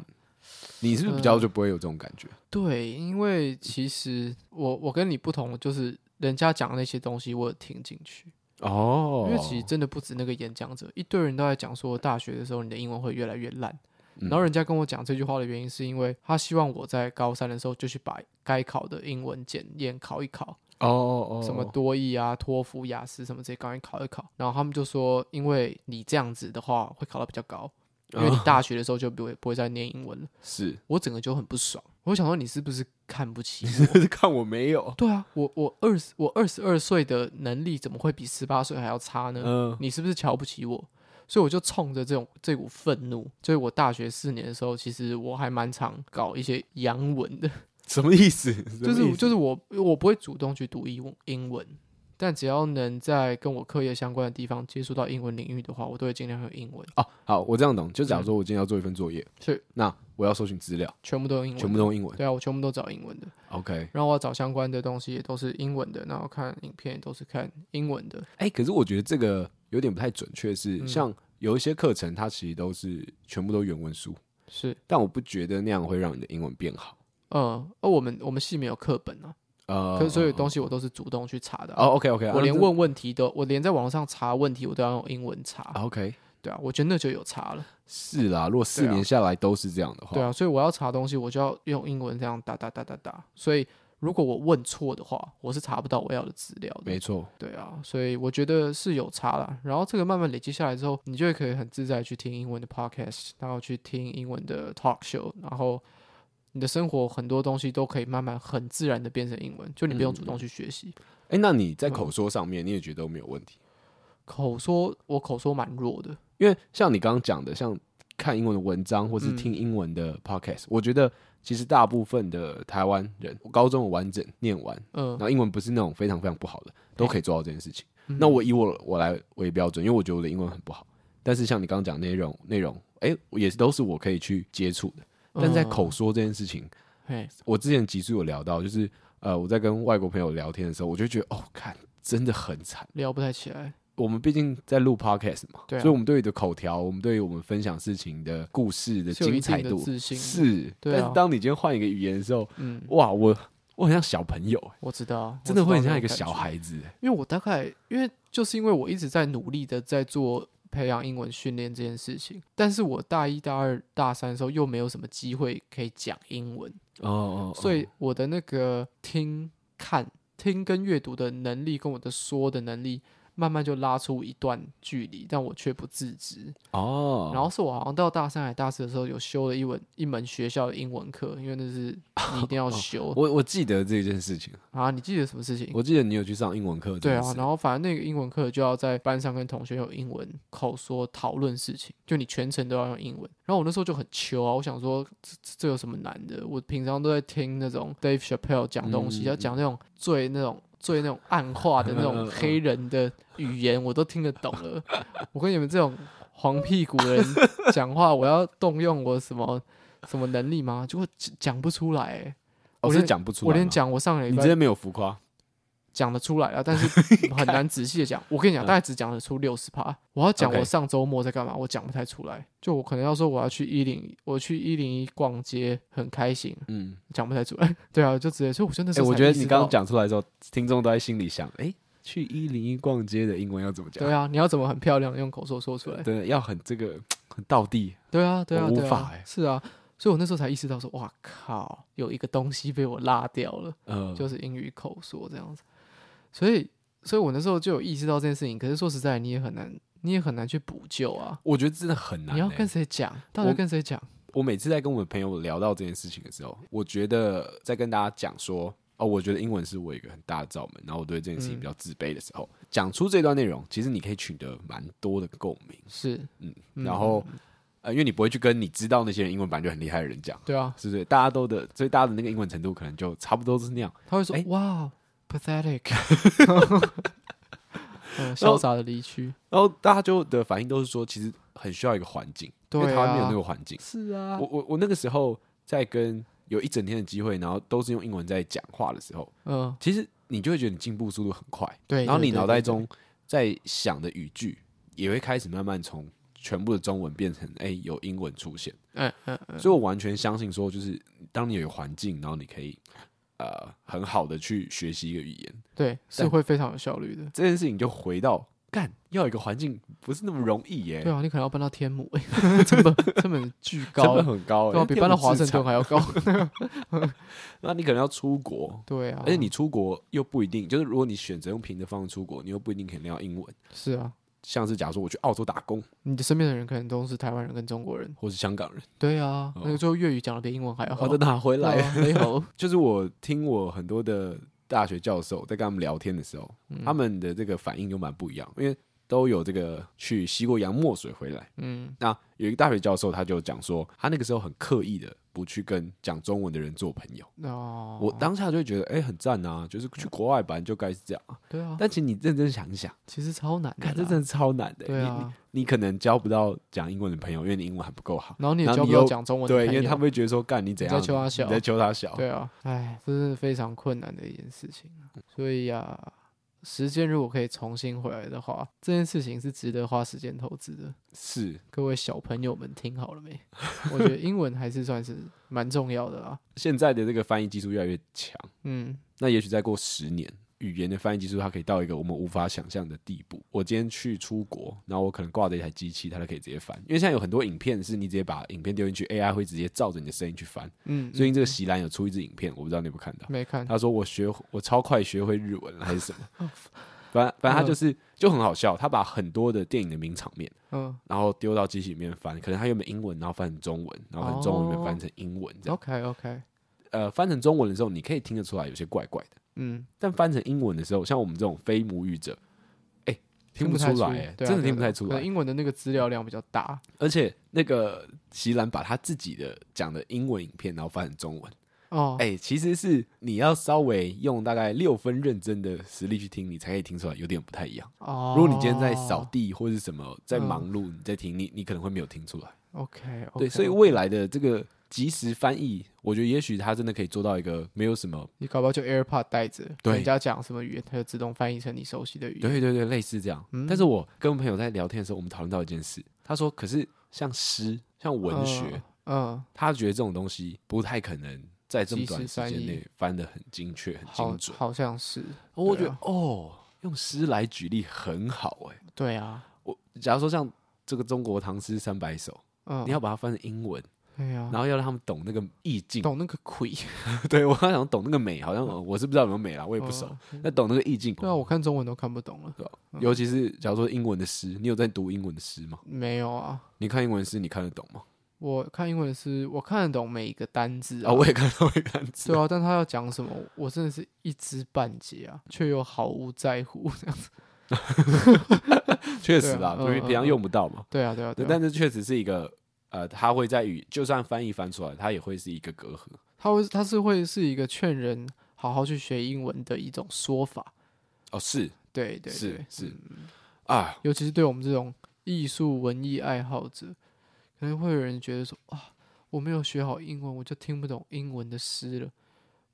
Speaker 1: 你是不是比
Speaker 2: 嗯
Speaker 1: 较就不会有这种感觉？
Speaker 2: 对，因为其实我我跟你不同，就是人家讲的那些东西我有听进去，
Speaker 1: 哦
Speaker 2: 因为其实真的不止那个演讲者，一堆人都在讲说大学的时候你的英文会越来越烂。
Speaker 1: 嗯
Speaker 2: 然后人家跟我讲这句话的原因，是因为他希望我在高三的时候就去把该考的英文检验考一考，
Speaker 1: 哦哦哦，
Speaker 2: 什么多益啊、托福、雅思什么这些，赶快考一考。然后他们就说，因为你这样子的话会考到比较高，因为你
Speaker 1: 哦
Speaker 2: 大学的时候就不会不会再念英文了。
Speaker 1: 是 (laughs)
Speaker 2: 我整个就很不爽，我想说你是不是看不起我？ (laughs)
Speaker 1: 是看我没有，
Speaker 2: 对啊，我我二十我二十二岁的能力怎么会比十八岁还要差呢？
Speaker 1: 嗯
Speaker 2: 你是不是瞧不起我？所以我就冲着这种这股愤怒，所以我大学四年的时候，其实我还蛮常搞一些洋文的，
Speaker 1: 什么意思？
Speaker 2: 就是就是是我我不会主动去读英文英文，但只要能在跟我课业相关的地方接触到英文领域的话，我都会尽量用英文，
Speaker 1: 哦，好，我这样懂。就假如说我今天要做一份作业，
Speaker 2: 嗯是
Speaker 1: 那我要搜寻资料，
Speaker 2: 全部都用英文，
Speaker 1: 全部都用英文。
Speaker 2: 对啊，我全部都找英文的，
Speaker 1: OK，
Speaker 2: 然后我找相关的东西也都是英文的，然后看影片也都是看英文的，
Speaker 1: 哎、可是我觉得这个有点不太准确，是、
Speaker 2: 嗯
Speaker 1: 像有一些课程，它其实都是全部都原文书，
Speaker 2: 是，
Speaker 1: 但我不觉得那样会让你的英文变好。
Speaker 2: 嗯，而我们我们系没有课本啊，
Speaker 1: 呃，
Speaker 2: 可是所有东西我都是主动去查的啊、
Speaker 1: 哦，OK，OK，啊、
Speaker 2: 我连
Speaker 1: 那
Speaker 2: 问问题都，我连在网络上查问题，我都要用英文查。
Speaker 1: 啊 OK，
Speaker 2: 对啊，我觉得那就有差了。
Speaker 1: 是啦，如果四
Speaker 2: 对啊
Speaker 1: 年下来都是这样的话，
Speaker 2: 对啊，所以我要查东西，我就要用英文这样打打打打打。所以如果我问错的话，我是查不到我要的资料的
Speaker 1: 没。错，
Speaker 2: 对啊，所以我觉得是有差啦。然后这个慢慢累积下来之后，你就会可以很自在地去听英文的 podcast，然后去听英文的 talk show，然后你的生活很多东西都可以慢慢很自然的变成英文，就你不用主动去学习。
Speaker 1: 哎、那你
Speaker 2: 嗯
Speaker 1: 在口说上面，你也觉得没有问题？
Speaker 2: 口说我口说蛮弱的，
Speaker 1: 因为像你刚刚讲的，像看英文的文章或是
Speaker 2: 嗯
Speaker 1: 听英文的 podcast，、我觉得其实大部分的台湾人，高中我完整念完，
Speaker 2: 嗯
Speaker 1: 然，后英文不是那种非常非常不好的，都可以做到这件事情。
Speaker 2: 嗯
Speaker 1: 那我以我我来为标准，因为我觉得我的英文很不好，但是像你刚刚讲的内容内容，哎、也是都是我可以去接触的。但是在
Speaker 2: 嗯
Speaker 1: 口说这件事情，
Speaker 2: 嘿，
Speaker 1: 我之前集数有聊到，就是呃，我在跟外国朋友聊天的时候，我就觉得哦，看真的很惨。
Speaker 2: 聊不太起来。
Speaker 1: 我们毕竟在录 podcast 嘛，
Speaker 2: 对啊
Speaker 1: 所以我们对于的口条，我们对于我们分享事情的故事的
Speaker 2: 是有
Speaker 1: 精
Speaker 2: 一定
Speaker 1: 彩
Speaker 2: 的
Speaker 1: 度
Speaker 2: 自信的
Speaker 1: 是，
Speaker 2: 对啊
Speaker 1: 但是当你今天换一个语言的时候，
Speaker 2: 嗯，
Speaker 1: 哇，我我很像小朋友、
Speaker 2: 我知道，
Speaker 1: 真的
Speaker 2: 我知道
Speaker 1: 会
Speaker 2: 那
Speaker 1: 很像
Speaker 2: 种
Speaker 1: 一个
Speaker 2: 感
Speaker 1: 小
Speaker 2: 觉。
Speaker 1: 孩子、欸
Speaker 2: 因为我大概，因为就是因为我一直在努力的在做培养英文训练这件事情，但是我大一、大二、大三的时候又没有什么机会可以讲英文，
Speaker 1: 哦哦，哦
Speaker 2: 所以我的那个听、看、听跟阅读的能力跟我的说的能力。慢慢就拉出一段距离，但我却不自知。
Speaker 1: 哦，
Speaker 2: 然后是我好像到大三还大四的时候，有修了一文一门学校的英文课，因为那是你一定
Speaker 1: (laughs)
Speaker 2: 要修。
Speaker 1: 哦我我记得这件事情，
Speaker 2: 啊，你记得什么事情？
Speaker 1: 我记得你有去上英文课，
Speaker 2: 对
Speaker 1: 这
Speaker 2: 啊
Speaker 1: 件，事
Speaker 2: 然后反正那个英文课就要在班上跟同学用英文口说讨论事情，就你全程都要用英文。然后我那时候就很糗啊，我想说这这这有什么难的？我平常都在听那种 Dave Chappelle 讲东
Speaker 1: 嗯
Speaker 2: 西，要讲那种最那种最那种暗化的那
Speaker 1: 嗯嗯
Speaker 2: 种
Speaker 1: (laughs) 嗯
Speaker 2: 黑人的语言，我都听得懂了。 (laughs) 我跟你们这种黄屁股
Speaker 1: (laughs)
Speaker 2: 人讲话，我要动用我什么什么能力吗？结果讲不出来欸、
Speaker 1: 我
Speaker 2: 我
Speaker 1: 哦是
Speaker 2: 连
Speaker 1: 讲不出来吗，
Speaker 2: 我连讲我上个礼
Speaker 1: 你
Speaker 2: 拜
Speaker 1: 真的没有浮夸，
Speaker 2: 讲得出来
Speaker 1: (laughs)
Speaker 2: 啊，但是很难仔细的讲。我跟你讲，
Speaker 1: 嗯
Speaker 2: 大概只讲得出六十趴。我要讲
Speaker 1: OK
Speaker 2: 我上周末在干嘛，我讲不太出来。就我可能要说我要去一零，我去一零一逛街，很开心，
Speaker 1: 嗯，
Speaker 2: 讲不太出来。 (laughs) 对啊，就直接所以我就那
Speaker 1: 哎、
Speaker 2: 时候、
Speaker 1: 我觉得你刚刚，讲出来之后，听众都在心里想，哎、去一零一逛街的英文要怎么讲？
Speaker 2: 对啊，你要怎么很漂亮地用口说说出来？
Speaker 1: 真的要很这个很道地，
Speaker 2: 对啊，对啊，
Speaker 1: 我无
Speaker 2: 对啊
Speaker 1: 法欸
Speaker 2: 是啊。所以我那时候才意识到说，哇靠，有一个东西被我落掉了。
Speaker 1: 呃，
Speaker 2: 就是英语口说这样子。所以，所以我那时候就有意识到这件事情。可是说实在，你也很难，你也很难去补救啊。
Speaker 1: 我觉得真的很难、
Speaker 2: 你要
Speaker 1: 欸
Speaker 2: 跟谁讲？到底
Speaker 1: 我
Speaker 2: 跟谁讲？
Speaker 1: 我每次在跟我的朋友聊到这件事情的时候，我觉得在跟大家讲说，哦，我觉得英文是我一个很大的罩门，然后我对这件事情比较自卑的时候，讲、出这段内容，其实你可以取得蛮多的共鸣，
Speaker 2: 是，
Speaker 1: 嗯，
Speaker 2: 嗯
Speaker 1: 然后、呃，因为你不会去跟你知道那些人英文版就很厉害的人讲，
Speaker 2: 对啊，
Speaker 1: 是不是？大家都的，所以大家的那个英文程度可能就差不多是那样。
Speaker 2: 他会说：“
Speaker 1: 哎
Speaker 2: 哇，pathetic。嗯”
Speaker 1: 然后
Speaker 2: 潇洒的离去。
Speaker 1: 然后大家就的反应都是说，其实很需要一个环境，
Speaker 2: 对
Speaker 1: 因为台湾没有
Speaker 2: 啊
Speaker 1: 那个环境。
Speaker 2: 是啊
Speaker 1: 我，我我那个时候在跟有一整天的机会，然后都是用英文在讲话的时候，
Speaker 2: 嗯，
Speaker 1: 其实你就会觉得你进步速度很快，
Speaker 2: 对。
Speaker 1: 然后
Speaker 2: 对
Speaker 1: 你
Speaker 2: 对
Speaker 1: 脑
Speaker 2: 对
Speaker 1: 袋
Speaker 2: 对
Speaker 1: 中在想的语句也会开始慢慢从全部的中文变成哎、有英文出现，
Speaker 2: 嗯嗯嗯，
Speaker 1: 所以我完全相信说，就是当你有一个环境，然后你可以呃很好的去学习一个语言，
Speaker 2: 对，是
Speaker 1: 但
Speaker 2: 会非常有效率的。
Speaker 1: 这件事情就回到干要有一个环境不是那么容易耶、
Speaker 2: 对啊，你可能要搬到天母，哎成本成本巨
Speaker 1: 成
Speaker 2: 高
Speaker 1: 本，很高、欸，
Speaker 2: 对啊，比搬到华盛顿
Speaker 1: 还。
Speaker 2: 还
Speaker 1: (laughs)
Speaker 2: 要高。
Speaker 1: 那你可能要出国，
Speaker 2: 对啊，
Speaker 1: 而且你出国又不一定，就是如果你选择用平的方式出国，你又不一定可以练到英文。
Speaker 2: 是啊，
Speaker 1: 像是假如说我去澳洲打工，
Speaker 2: 你的身边的人可能都是台湾人跟中国人。
Speaker 1: 或是香港人，
Speaker 2: 对啊，
Speaker 1: 哦
Speaker 2: 那个时候粤语讲的比英文还
Speaker 1: (laughs)
Speaker 2: 要好。
Speaker 1: 我都拿回来。
Speaker 2: 啊，没有
Speaker 1: 就是我听我很多的大学教授在跟他们聊天的时候，
Speaker 2: 嗯
Speaker 1: 他们的这个反应就蛮不一样，因为都有这个去吸过洋墨水回来。
Speaker 2: 嗯，
Speaker 1: 那有一个大学教授他就讲说，他那个时候很刻意的不去跟讲中文的人做朋友。
Speaker 2: 哦，
Speaker 1: 我当下就会觉得，哎、很赞啊，就是去国外本来就该是这样啊。
Speaker 2: 对啊，
Speaker 1: (laughs) 但请你认真想一想，
Speaker 2: 其实超难的
Speaker 1: 看
Speaker 2: 啦，
Speaker 1: 这真的超难的、
Speaker 2: 啊对
Speaker 1: 你你
Speaker 2: 啊，
Speaker 1: 你可能交不到讲英文的朋友，因为你英文还不够好。
Speaker 2: 然后你也
Speaker 1: 然后
Speaker 2: 教
Speaker 1: 你
Speaker 2: 不到
Speaker 1: 又
Speaker 2: 讲中文的
Speaker 1: 对，因
Speaker 2: 朋
Speaker 1: 为
Speaker 2: 友，
Speaker 1: 他们会觉得说，干你怎
Speaker 2: 你
Speaker 1: 样？
Speaker 2: 在求他小
Speaker 1: 你在求他小。
Speaker 2: 对啊，哎，这是非常困难的一件事情啊，
Speaker 1: 嗯
Speaker 2: 所以呀、时间如果可以重新回来的话，这件事情是值得花时间投资的。
Speaker 1: 是，
Speaker 2: 各位小朋友们听好了没？我觉得英文还是算是蛮重要的啦。
Speaker 1: 现在的这个翻译技术越来越强，
Speaker 2: 嗯，
Speaker 1: 那也许再过十年，语言的翻译技术它可以到一个我们无法想象的地步。我今天去出国，然后我可能挂着一台机器，它就可以直接翻。因为现在有很多影片是你直接把影片丢进去，AI 会直接照着你的声音去翻。
Speaker 2: 嗯，
Speaker 1: 最
Speaker 2: 以
Speaker 1: 近这个席兰有出一支影片，我不知道你有没有看到。
Speaker 2: 没看，
Speaker 1: 他说我学我超快学会日文了还是什么，反正反正他就是就很好笑，他把很多的电影的名场面。
Speaker 2: 嗯
Speaker 1: 然后丢到机器里面翻，可能它原本英文，然后翻成中文，然后可能中文里面
Speaker 2: 哦
Speaker 1: 翻成英文这样。
Speaker 2: ，OK OK，
Speaker 1: 呃，翻成中文的时候，你可以听得出来有些怪怪的，
Speaker 2: 嗯，
Speaker 1: 但翻成英文的时候，像我们这种非母语者，哎、听不
Speaker 2: 不
Speaker 1: 出
Speaker 2: 太
Speaker 1: 来、
Speaker 2: 出
Speaker 1: 哎
Speaker 2: 对啊
Speaker 1: 真的听
Speaker 2: 对啊
Speaker 1: 不
Speaker 2: 对啊
Speaker 1: 太出
Speaker 2: 可能
Speaker 1: 来。
Speaker 2: 英文的那个资料量比较大，
Speaker 1: 而且那个席兰把他自己的讲的英文影片，然后翻成中文，
Speaker 2: 哦，
Speaker 1: 哎、其实是你要稍微用大概六分认真的实力去听，你才可以听出来有点不太一样。
Speaker 2: 哦，
Speaker 1: 如果你今天在扫地或是什么在
Speaker 2: 嗯
Speaker 1: 忙碌，你在听，你你可能会没有听出来。
Speaker 2: ，OK，,
Speaker 1: 对，所以未来的这个即时翻译，我觉得也许它真的可以做到一个没有什么，
Speaker 2: 你搞不好就 AirPod 带着，
Speaker 1: 对
Speaker 2: 人家讲什么语言，它就自动翻译成你熟悉的语言。
Speaker 1: 对对对，类似这样。
Speaker 2: 嗯
Speaker 1: 但是我跟朋友在聊天的时候，我们讨论到一件事，他说，可是像诗、像文学，
Speaker 2: 嗯，
Speaker 1: 他觉得这种东西不太可能在这么
Speaker 2: 即时
Speaker 1: 短时
Speaker 2: 翻
Speaker 1: 间
Speaker 2: 译
Speaker 1: 内翻得很精确、很
Speaker 2: 嗯，好
Speaker 1: 精，准。
Speaker 2: 好像是，
Speaker 1: 我觉
Speaker 2: 对
Speaker 1: 得、
Speaker 2: 啊
Speaker 1: 哦，用诗来举例很好哎、
Speaker 2: 对啊，
Speaker 1: 我假如说像这个中国唐诗三百首，
Speaker 2: 嗯，
Speaker 1: 你要把它翻成英文，
Speaker 2: 对呀、
Speaker 1: 然后要让他们懂那个意境。
Speaker 2: 懂那个鬼，
Speaker 1: (laughs) 对我刚想懂那个美，好像我是不知道有没有美啦，我也不熟。
Speaker 2: 嗯
Speaker 1: 那懂那个意境，
Speaker 2: 对啊，我看嗯中文都看不懂了，
Speaker 1: 对吧啊尤其是假如说英文的诗，你有在读英文的诗吗？
Speaker 2: 没有啊。
Speaker 1: 你看英文诗，你看得懂吗？
Speaker 2: 我看英文是，我看得懂每一个单字
Speaker 1: 啊，我也看到一个单
Speaker 2: (laughs)
Speaker 1: 词
Speaker 2: 对，啊，但他要讲什么，我真的是一知半解啊，却又毫无在乎。 (laughs)
Speaker 1: 确实啦，
Speaker 2: 对啊
Speaker 1: 因为
Speaker 2: 嗯
Speaker 1: 平常
Speaker 2: 嗯
Speaker 1: 用不到嘛。
Speaker 2: 对啊，对啊，
Speaker 1: 对
Speaker 2: 对啊。
Speaker 1: 但是确实是一个呃，它会在语，就算翻译翻出来，它也会是一个隔阂。
Speaker 2: 他会，他是会是一个劝人好好去学英文的一种说法。
Speaker 1: 哦，是
Speaker 2: 对对
Speaker 1: 是
Speaker 2: 对，嗯
Speaker 1: 是啊，
Speaker 2: 尤其是对我们这种艺术文艺爱好者，可能会有人觉得说啊，我没有学好英文，我就听不懂英文的诗了。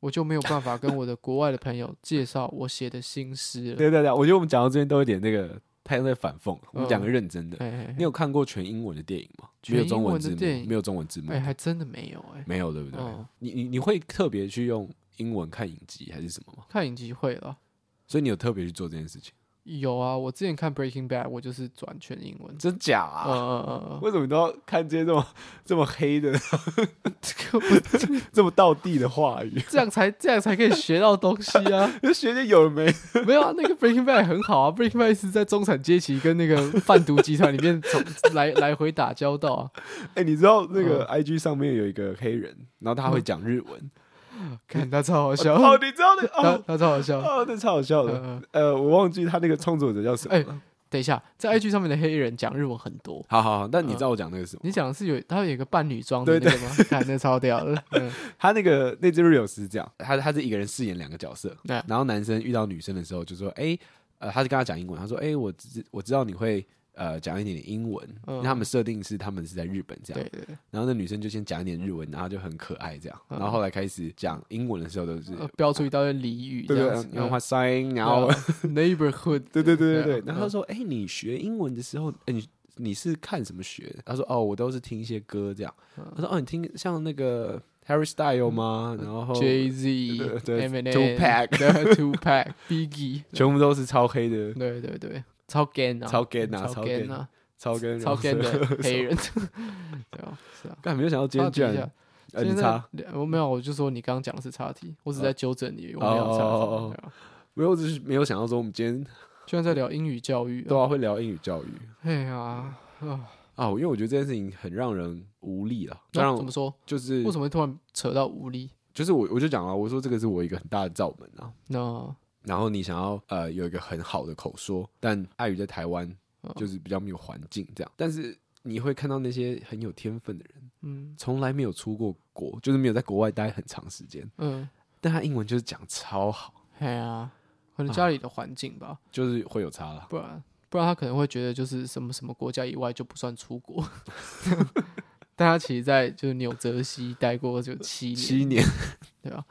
Speaker 2: 我就没有办法跟我的国外的朋友介绍我写的新诗了。
Speaker 1: 对对对，我觉得我们讲到这边都有点那个太在反讽了。我们讲个认真的，
Speaker 2: 哎哎
Speaker 1: 你有看过全英文的电影吗？
Speaker 2: 全
Speaker 1: 没有中
Speaker 2: 英
Speaker 1: 文
Speaker 2: 文的
Speaker 1: 字幕
Speaker 2: 电，影
Speaker 1: 没有中文字幕
Speaker 2: 哎，哎，还真的没有哎、
Speaker 1: 没有，对不对
Speaker 2: 哦？
Speaker 1: 你你你会特别去用英文看影集还是什么吗？
Speaker 2: 看影集会了，
Speaker 1: 所以你有特别去做这件事情？
Speaker 2: 有啊，我之前看《Breaking Bad》，我就是转全英文。
Speaker 1: 真假
Speaker 2: 呃
Speaker 1: 啊？
Speaker 2: 呃呃，
Speaker 1: (laughs) 为什么你都要看这些这么这么黑的、
Speaker 2: 这个不
Speaker 1: 这么道地的话语？
Speaker 2: 呃 (laughs) 这样才这样才可以学到东西啊！
Speaker 1: (laughs) 就学姐有没？
Speaker 2: 没有啊，那个 Breaking Bad 很好啊，Breaking Bad 是在中产阶级跟那个贩毒集团里面从 (laughs) 来来回打交道啊。
Speaker 1: 哎、你知道那
Speaker 2: 嗯
Speaker 1: 个 IG 上面有一个黑人，然后他会讲日
Speaker 2: (laughs)
Speaker 1: 文。
Speaker 2: 看他超好笑，
Speaker 1: 哦，你知道那个
Speaker 2: (laughs) 他
Speaker 1: 哦
Speaker 2: 他超好笑。
Speaker 1: 哦，那超好笑的。
Speaker 2: 呃，
Speaker 1: 呃，我忘记他那个创作者叫什么
Speaker 2: 哎
Speaker 1: 了。
Speaker 2: 等一下，在 IG 上面的黑人讲日文很多。
Speaker 1: 好好好，但你知道我讲那个什么？
Speaker 2: 嗯你讲的是有他有一个扮女装的那个吗？看那超屌的。
Speaker 1: (laughs)
Speaker 2: 嗯
Speaker 1: 他那个那只 real 是这样，他他是一个人饰演两个角色，
Speaker 2: 对
Speaker 1: 然后男生遇到女生的时候就说，哎、呃，他就跟他讲英文，他说，哎、我知我知道你会呃讲一点点英文，
Speaker 2: 嗯
Speaker 1: 因为他们设定是他们是在日本这样
Speaker 2: 对，对对，
Speaker 1: 然后那女生就先讲一点日文，然后就很可爱这样，
Speaker 2: 嗯
Speaker 1: 然后后来开始讲英文的时候都是。
Speaker 2: 呃标出一大堆俚语
Speaker 1: 对
Speaker 2: 这
Speaker 1: 对
Speaker 2: 样子。
Speaker 1: 然后
Speaker 2: 嗯
Speaker 1: 他 sign，然后
Speaker 2: neighborhood，
Speaker 1: (laughs) 对对对对对，
Speaker 2: 嗯
Speaker 1: 然后他说：“哎，你学英文的时候，哎，你你是看什么学的？”他说：“哦，我都是听一些歌这样。”
Speaker 2: 嗯
Speaker 1: 他说：“哦，你听像那个 Harry Style 吗？然后
Speaker 2: Jay
Speaker 1: 哦对
Speaker 2: Z、
Speaker 1: 对
Speaker 2: M N (laughs)
Speaker 1: Tupac
Speaker 2: Two Pack、Biggie， (laughs)
Speaker 1: (laughs) 全部都是超黑的，
Speaker 2: 对对对，超 gay 啊，
Speaker 1: 超 gay 啊，
Speaker 2: 超
Speaker 1: gay
Speaker 2: gay 啊，
Speaker 1: 超 gay，(laughs)
Speaker 2: 超 gay 的黑人，对啊，是啊。
Speaker 1: 干没有想到今天居
Speaker 2: 插题
Speaker 1: 然
Speaker 2: 一下，
Speaker 1: 呃，
Speaker 2: 今
Speaker 1: 你
Speaker 2: 天
Speaker 1: 插，
Speaker 2: 那我没有，我就说你刚刚讲的是插题，我只是在纠正你，我没有
Speaker 1: 哦哦哦哦
Speaker 2: 插题对啊。
Speaker 1: 没有，我只是没有想到说我们今天
Speaker 2: 居然在聊英语教育，哦
Speaker 1: 对啊会聊英语教育
Speaker 2: 哎呀，啊，
Speaker 1: 啊，因为我觉得这件事情很让人无力啊，
Speaker 2: 那
Speaker 1: 让
Speaker 2: 怎么说？
Speaker 1: 就是
Speaker 2: 为什么会突然扯到无力？
Speaker 1: 就是我我就讲了，我说这个是我一个很大的罩门啊，
Speaker 2: 那
Speaker 1: 然后你想要呃有一个很好的口说，但碍于在台湾
Speaker 2: 嗯
Speaker 1: 就是比较没有环境这样，但是你会看到那些很有天分的人，
Speaker 2: 嗯
Speaker 1: 从来没有出过国，就是没有在国外待很长时间，
Speaker 2: 嗯，
Speaker 1: 但他英文就是讲超好，
Speaker 2: 哎呀，可能家
Speaker 1: 啊
Speaker 2: 里的环境吧，
Speaker 1: 就是会有差啦。
Speaker 2: 不然不然他可能会觉得就是什么什么国家以外就不算出国， (laughs) 但他其实在就是纽泽西待过就七年，
Speaker 1: 七年，
Speaker 2: 对吧？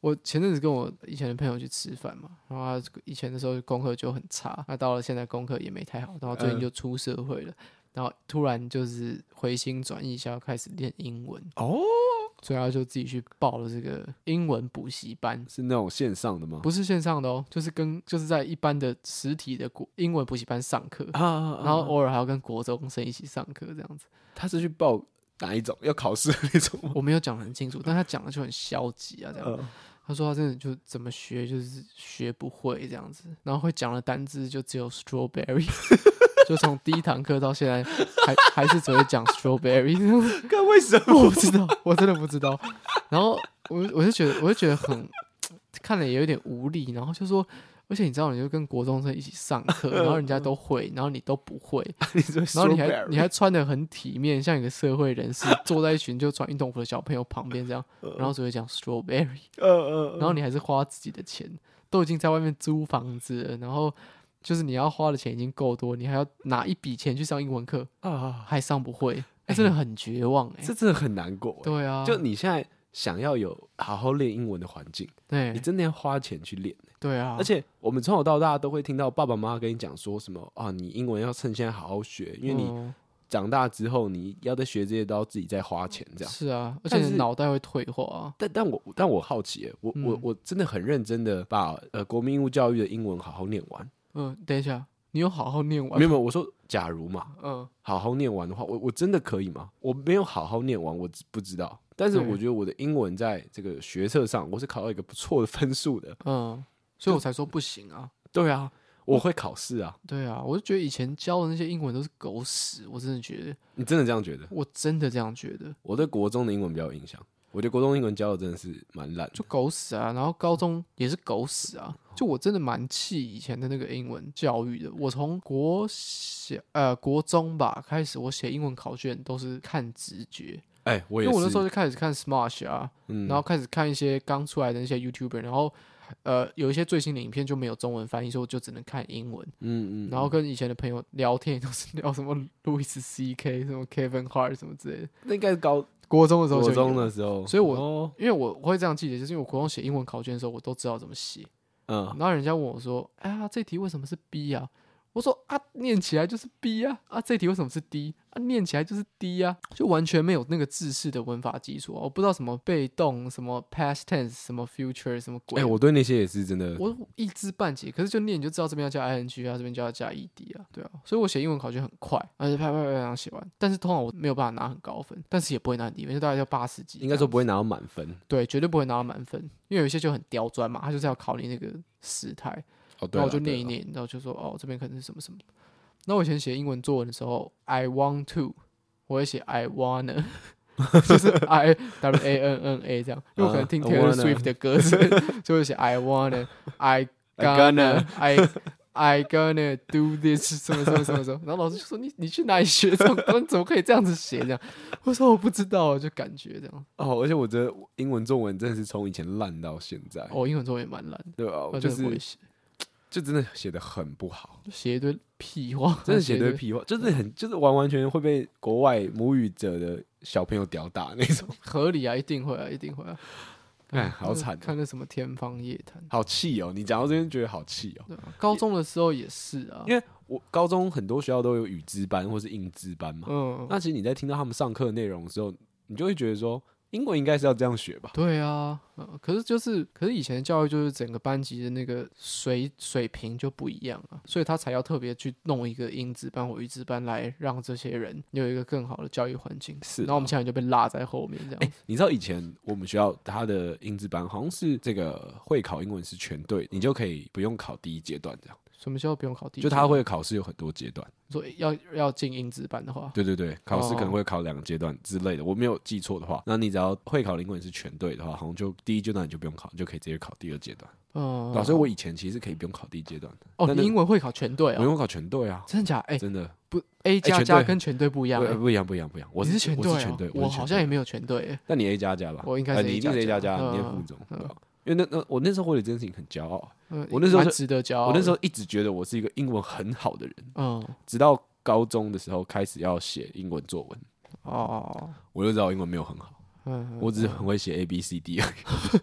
Speaker 2: 我前阵子跟我以前的朋友去吃饭嘛，然后他以前的时候功课就很差，那到了现在功课也没太好，然后最近
Speaker 1: 嗯
Speaker 2: 就出社会了，然后突然就是回心转意，想要开始练英文，
Speaker 1: 哦，
Speaker 2: 所以他就自己去报了这个英文补习班，
Speaker 1: 是那种线上的吗？
Speaker 2: 不是线上的哦，就是跟就是在一般的实体的国英文补习班上课，
Speaker 1: 啊啊，啊
Speaker 2: 然后偶尔还要跟国中生一起上课这样子。
Speaker 1: 他是去报哪一种？要考试的那种吗？
Speaker 2: 我没有讲得很清楚，但他讲的就很消极啊，这样。
Speaker 1: 呃，
Speaker 2: 他说他真的就怎么学就是学不会这样子，然后会讲的单字就只有 strawberry，就从第一堂课到现在还还是只会讲 strawberry (laughs) 这样子。
Speaker 1: 看为什么？
Speaker 2: (laughs)
Speaker 1: (laughs)
Speaker 2: 我不知道，我真的不知道。然后我我就觉得，我就觉得很看了也有点无力。然后就说，而且你知道，你就跟国中生一起上课，然后人家都会，然后你都不会，
Speaker 1: 你说
Speaker 2: 然后你还
Speaker 1: strawberry
Speaker 2: 你还穿的很体面，像一个社会人士，坐在一群就穿运动服的小朋友旁边这样，然后只会讲 strawberry，
Speaker 1: 呃呃，呃
Speaker 2: 然后你还是花自己的钱，都已经在外面租房子了，然后。就是你要花的钱已经够多，你还要拿一笔钱去上英文课，
Speaker 1: 啊，
Speaker 2: 还上不会，那真的很绝望哎、
Speaker 1: 这真的很难过欸。
Speaker 2: 对啊，
Speaker 1: 就你现在想要有好好练英文的环境，
Speaker 2: 对
Speaker 1: 你，真的要花钱去练。
Speaker 2: 对啊，
Speaker 1: 而且我们从小到大都会听到爸爸妈妈跟你讲说什么啊，你英文要趁现在好好学，因为你
Speaker 2: 嗯
Speaker 1: 长大之后你要在学这些都要自己再花钱这样。
Speaker 2: 是啊，而且
Speaker 1: 但
Speaker 2: 你
Speaker 1: 是
Speaker 2: 脑袋会退化啊。
Speaker 1: 但但我但我好奇欸，我我
Speaker 2: 嗯
Speaker 1: 我真的很认真的把呃国民义务教育的英文好好念完。
Speaker 2: 嗯，等一下，你有好好念完
Speaker 1: 没有
Speaker 2: 吗？
Speaker 1: 没有，我说假如嘛，
Speaker 2: 嗯，
Speaker 1: 好好念完的话，我我真的可以吗？我没有好好念完，我知不知道。但是
Speaker 2: 对
Speaker 1: 我觉得我的英文在这个学测上，我是考到一个不错的分数的。
Speaker 2: 嗯，所以我才说不行啊。
Speaker 1: 对啊，我会考试啊。
Speaker 2: 对啊，我就觉得以前教的那些英文都是狗屎，我真的觉得，
Speaker 1: 你真的这样觉得？
Speaker 2: 我真的这样觉得，
Speaker 1: 我对国中的英文比较有印象。我觉得国中英文教的真的是蛮烂的，
Speaker 2: 就狗屎啊。然后高中也是狗屎啊，就我真的蛮气以前的那个英文教育的。我从国小呃国中吧开始，我写英文考卷都是看直觉，
Speaker 1: 哎、我
Speaker 2: 因
Speaker 1: 也
Speaker 2: 为
Speaker 1: 是。
Speaker 2: 我那时候就开始看 Smash 啊，
Speaker 1: 嗯，
Speaker 2: 然后开始看一些刚出来的那些 YouTuber，然后呃有一些最新的影片就没有中文翻译，所以我就只能看英文。
Speaker 1: 嗯嗯，
Speaker 2: 然后跟以前的朋友聊天也都是聊什么 Louis C K、什么 Kevin Hart 什么之类的。
Speaker 1: 那应该是高
Speaker 2: 国中的时候就
Speaker 1: 国
Speaker 2: 有
Speaker 1: 中的时候，
Speaker 2: 所以我
Speaker 1: 哦
Speaker 2: 因为我我会这样记得，就是因为我国中写英文考卷的时候，我都知道怎么写。
Speaker 1: 嗯，
Speaker 2: 然后人家问我说：“哎呀，这题为什么是 B 啊？”我说：“啊，念起来就是 B 啊！啊，这题为什么是 D 啊？念起来就是 D 啊！”就完全没有那个制式的文法基础啊！我不知道什么被动、什么 past tense、什么 future、什么鬼
Speaker 1: 哎，
Speaker 2: 的。
Speaker 1: 我对那些也是真的，
Speaker 2: 我一知半解，可是就念你就知道这边要加 ing 啊，这边就要加 ed 啊，对啊，所以我写英文考卷很快，而且啪啪啪啪这样写完，但是通常我没有办法拿很高分，但是也不会拿很低分，就大概就八十几这样子，
Speaker 1: 应该说不会拿到满分。
Speaker 2: 对，绝对不会拿到满分，因为有一些就很刁钻嘛，他就是要考你那个时态，
Speaker 1: 哦，对啦，
Speaker 2: 然后我就念
Speaker 1: 对
Speaker 2: 一
Speaker 1: 啦，
Speaker 2: 念，然后就说哦，这边可能是什么什么。那我以前写英文作文的时候，I want to，我会写 I wanna，就是 I (laughs) W A N N A 这样，因为我可能听
Speaker 1: 啊
Speaker 2: Taylor
Speaker 1: wanna
Speaker 2: Swift 的歌词，就会写 I (laughs) wanna，I
Speaker 1: I gonna
Speaker 2: gonna，I (laughs) I gonna do this 什么什么什么什么。然后老师就说你你去哪里学这种东西？怎么可以这样子写？这样，我说我不知道，就感觉这样。
Speaker 1: 哦，而且我觉得英文作文真的是从以前烂到现在，
Speaker 2: 哦，英文作文也蛮烂的，
Speaker 1: 对吧
Speaker 2: 我？
Speaker 1: 哦就
Speaker 2: 真的不
Speaker 1: 是
Speaker 2: 会写，
Speaker 1: 就真的写的很不好，
Speaker 2: 就写一堆屁
Speaker 1: (laughs)
Speaker 2: 话，
Speaker 1: 真的
Speaker 2: (laughs) 写
Speaker 1: 写
Speaker 2: 一
Speaker 1: 的
Speaker 2: 堆
Speaker 1: 屁话，就是很就是完完全全会被国外母语者的小朋友屌打那种，
Speaker 2: 合理啊，一定会啊，一定会啊。
Speaker 1: (laughs) 哎，好惨哦，
Speaker 2: 看那什么天方夜谭。
Speaker 1: 好气哦！你讲到这边觉得好气哦。
Speaker 2: 对啊，高中的时候也是啊
Speaker 1: 因，为我高中很多学校都有语资班或是英资班嘛，
Speaker 2: 嗯，
Speaker 1: 那其实你在听到他们上课的内容的时候，你就会觉得说，英文应该是要这样学吧？
Speaker 2: 对啊，嗯，可是就是，可是以前的教育就是整个班级的那个水水平就不一样啊，所以他才要特别去弄一个英资班或语资班来让这些人有一个更好的教育环境。
Speaker 1: 是啊
Speaker 2: 然后我们现在就被落在后面这样
Speaker 1: 哎、
Speaker 2: 子。
Speaker 1: 你知道以前我们学校它的英资班好像是这个会考英文是全对，你就可以不用考第一阶段这样，
Speaker 2: 什么时候不用考嗯第一
Speaker 1: 就
Speaker 2: 阶段？哦
Speaker 1: 它会考试有很多阶段，
Speaker 2: 说要要进英资班的话，
Speaker 1: 对对对，考试
Speaker 2: 哦
Speaker 1: 可能会考两个阶段之类的，我没有记错的话，那你只要会考英文是全对的话，好像就第一阶段你就不用考，你就可以直接考第二阶段。啊
Speaker 2: 嗯，
Speaker 1: 老师，所以我以前其实是可以不用考第一阶段的，
Speaker 2: 哦，
Speaker 1: 那
Speaker 2: 你
Speaker 1: 那
Speaker 2: 英文会考全对
Speaker 1: 我
Speaker 2: 啊？
Speaker 1: 用考全对啊，
Speaker 2: 真的假？哎，
Speaker 1: 真的。
Speaker 2: 不，A 加
Speaker 1: 全
Speaker 2: 加
Speaker 1: 对
Speaker 2: 跟全对不一样
Speaker 1: 不
Speaker 2: 哎。
Speaker 1: 不一样，不一样，不一样。我
Speaker 2: 你是全
Speaker 1: 全
Speaker 2: 对
Speaker 1: 我
Speaker 2: 哦，
Speaker 1: 是全对，
Speaker 2: 我
Speaker 1: 是
Speaker 2: 好
Speaker 1: 全
Speaker 2: 像
Speaker 1: 对
Speaker 2: 也没有全对欸，
Speaker 1: 那你 A 加加吧，
Speaker 2: 我应该
Speaker 1: 呃
Speaker 2: 是
Speaker 1: 你
Speaker 2: A
Speaker 1: 一定是 A
Speaker 2: 加
Speaker 1: 加
Speaker 2: 加
Speaker 1: 加，你念
Speaker 2: 嗯
Speaker 1: 附中，对
Speaker 2: 嗯
Speaker 1: 吧因为那那我那时候为了这件事情很骄傲，
Speaker 2: 嗯，
Speaker 1: 我那时候
Speaker 2: 蛮
Speaker 1: 就
Speaker 2: 值得骄傲的。
Speaker 1: 我那时候一哦直觉得我是一个英文很好的人，
Speaker 2: 嗯，
Speaker 1: 直到高中的时候开始要写英文作文，
Speaker 2: 哦哦，
Speaker 1: 我就知道我英文没有很好，
Speaker 2: 嗯，
Speaker 1: 我只是很会写 A B C
Speaker 2: (laughs)
Speaker 1: D，而已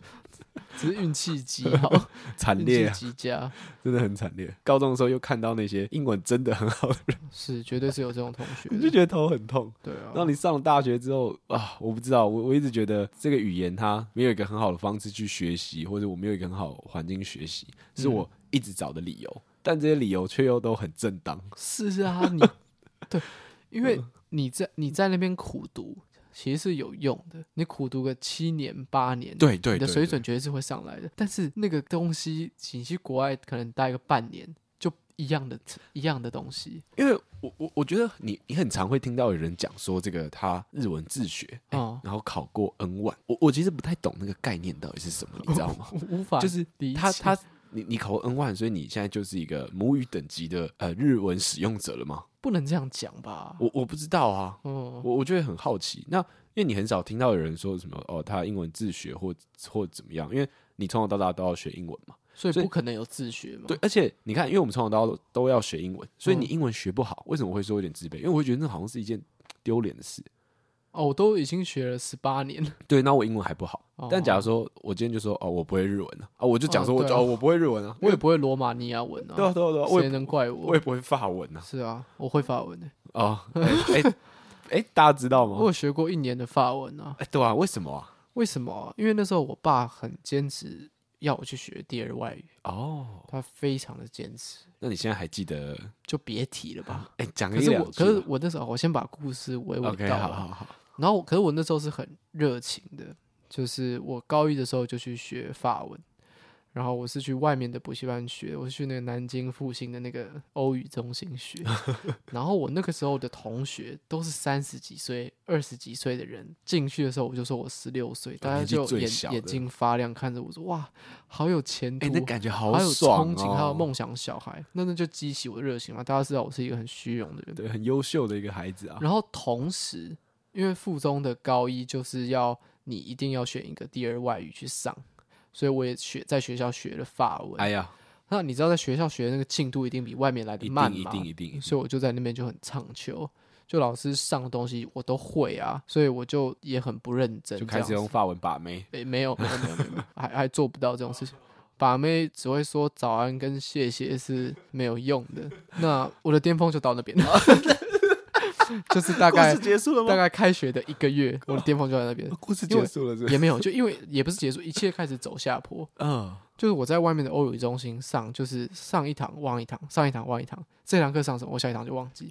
Speaker 2: 只是运
Speaker 1: (laughs)
Speaker 2: 气极好，
Speaker 1: 惨
Speaker 2: 运
Speaker 1: 烈
Speaker 2: 气
Speaker 1: 啊，
Speaker 2: 极佳，
Speaker 1: 真的很惨烈。高中的时候又看到那些英文真的很好的人，
Speaker 2: 是绝对是有这种同学
Speaker 1: 你就
Speaker 2: 的，
Speaker 1: 觉得头很痛。
Speaker 2: 对啊
Speaker 1: 然，后你上了大学之后啊，我不知道，我我一直觉得这个语言它没有一个很好的方式去学习，或者我没有一个很好的环境学习，是我一直找的理由。但这些理由却又都很正当。
Speaker 2: 是啊，你对，因为
Speaker 1: 嗯
Speaker 2: 你在你在那边苦读。其实是有用的，你苦读个七年八年，
Speaker 1: 对对
Speaker 2: 你的
Speaker 1: 对
Speaker 2: 水准绝对是会上来的。但是那个东西，你去国外可能待个半年，就一样的一样的东西。
Speaker 1: 因为我我我觉得你你很常会听到有人讲说这个他日文自学，哎
Speaker 2: 哦
Speaker 1: 然后考过 N 万，我我其实不太懂那个概念到底是什么，你知道 (laughs) 吗？
Speaker 2: 我无法
Speaker 1: 就是
Speaker 2: 理
Speaker 1: 他
Speaker 2: 解
Speaker 1: 他你你考过 N 万，所以你现在就是一个母语等级的呃日文使用者了吗？
Speaker 2: 不能这样讲吧？
Speaker 1: 我我不知道啊，
Speaker 2: 嗯，
Speaker 1: 我我觉得很好奇，那因为你很少听到有人说什么哦，他英文自学或或怎么样，因为你从小到大都要学英文嘛。
Speaker 2: 所以
Speaker 1: 所以
Speaker 2: 不可能有自学嘛？
Speaker 1: 对，，而且你看，因为我们从小到大都要学英文，所以你
Speaker 2: 嗯
Speaker 1: 英文学不好，为什么我会说有点自卑？因为我会觉得那好像是一件丢脸的事。
Speaker 2: 哦，我都已经学了十八年了。
Speaker 1: 对，那我英文还不好，
Speaker 2: 哦
Speaker 1: 但假如说我今天就说哦，我不会日文啊，啊，我就讲
Speaker 2: 哦
Speaker 1: 说我
Speaker 2: 对
Speaker 1: 就
Speaker 2: 啊
Speaker 1: 哦我不会日文啊，
Speaker 2: 我也不会罗马尼亚文啊，
Speaker 1: 对啊对啊对啊，我
Speaker 2: 谁
Speaker 1: 也
Speaker 2: 能怪
Speaker 1: 我
Speaker 2: 我
Speaker 1: 也？不会法文啊，
Speaker 2: 是啊，我会法文的、 (laughs)
Speaker 1: 啊，哎哎哎，大家知道
Speaker 2: 我
Speaker 1: 吗？
Speaker 2: 有学过一年的法文啊。
Speaker 1: 哎，对啊，为什么啊？
Speaker 2: 为什么啊？因为那时候我爸很坚持要我去学第二外语，
Speaker 1: 哦，
Speaker 2: 他非常的坚持，
Speaker 1: 那你现在还记得？
Speaker 2: 就别提了吧。
Speaker 1: 哎，讲个
Speaker 2: 可
Speaker 1: 一
Speaker 2: 是
Speaker 1: 两
Speaker 2: 我，
Speaker 1: 句
Speaker 2: 可是
Speaker 1: 吧
Speaker 2: 我那时候，我先把故事娓娓
Speaker 1: OK，
Speaker 2: 道
Speaker 1: 好
Speaker 2: 来
Speaker 1: 好好，
Speaker 2: 然后，可是我那时候是很热情的，就是我高一的时候就去学法文，然后我是去外面的补习班学，我是去那个南京复兴的那个欧语中心学。
Speaker 1: (laughs)
Speaker 2: 然后我那个时候的同学都是三十几岁、二十几岁的人，进去的时候我就说我十六岁，大家
Speaker 1: 年纪
Speaker 2: 就
Speaker 1: 最
Speaker 2: 眼
Speaker 1: 小
Speaker 2: 眼
Speaker 1: 的
Speaker 2: 睛发亮看着我说哇，好有前途
Speaker 1: 哎、，那感觉好
Speaker 2: 好有
Speaker 1: 爽、哦，
Speaker 2: 憧憬，还有，梦想小孩，那那就激起我的热情嘛。大家知道我是一个很虚荣的人，
Speaker 1: 对，很优秀的一个孩子啊。
Speaker 2: 然后同时，因为附中的高一就是要你一定要选一个第二外语去上，所以我也学在学校学了法文。
Speaker 1: 哎呀，
Speaker 2: 那你知道在学校学的那个进度一定比外面来的
Speaker 1: 一
Speaker 2: 慢
Speaker 1: 定
Speaker 2: 嘛？
Speaker 1: 一定一定，一定
Speaker 2: 所以我就在那边就很畅秋，就老师上的东西我都会啊，所以我就也很不认真，
Speaker 1: 就开始用法文把妹。
Speaker 2: 没没有没有没有，没有没有还 (laughs) 还做不到这种事情。把妹只会说早安跟谢谢是没有用的。那我的巅峰就到那边，
Speaker 1: (laughs)
Speaker 2: 就是大概
Speaker 1: 故事结束了
Speaker 2: (laughs) 大
Speaker 1: 吗？哦
Speaker 2: 概开学的一个月，我的巅峰就在那
Speaker 1: (laughs)
Speaker 2: 边，
Speaker 1: 故事结束了是不是？
Speaker 2: 也没有，就因为也不是结束，一切开始走下坡。
Speaker 1: 嗯，
Speaker 2: 就是我在外面的欧语中心上，就是上一堂忘一堂，上一堂忘一堂，这堂课上什么，我下一堂就忘记。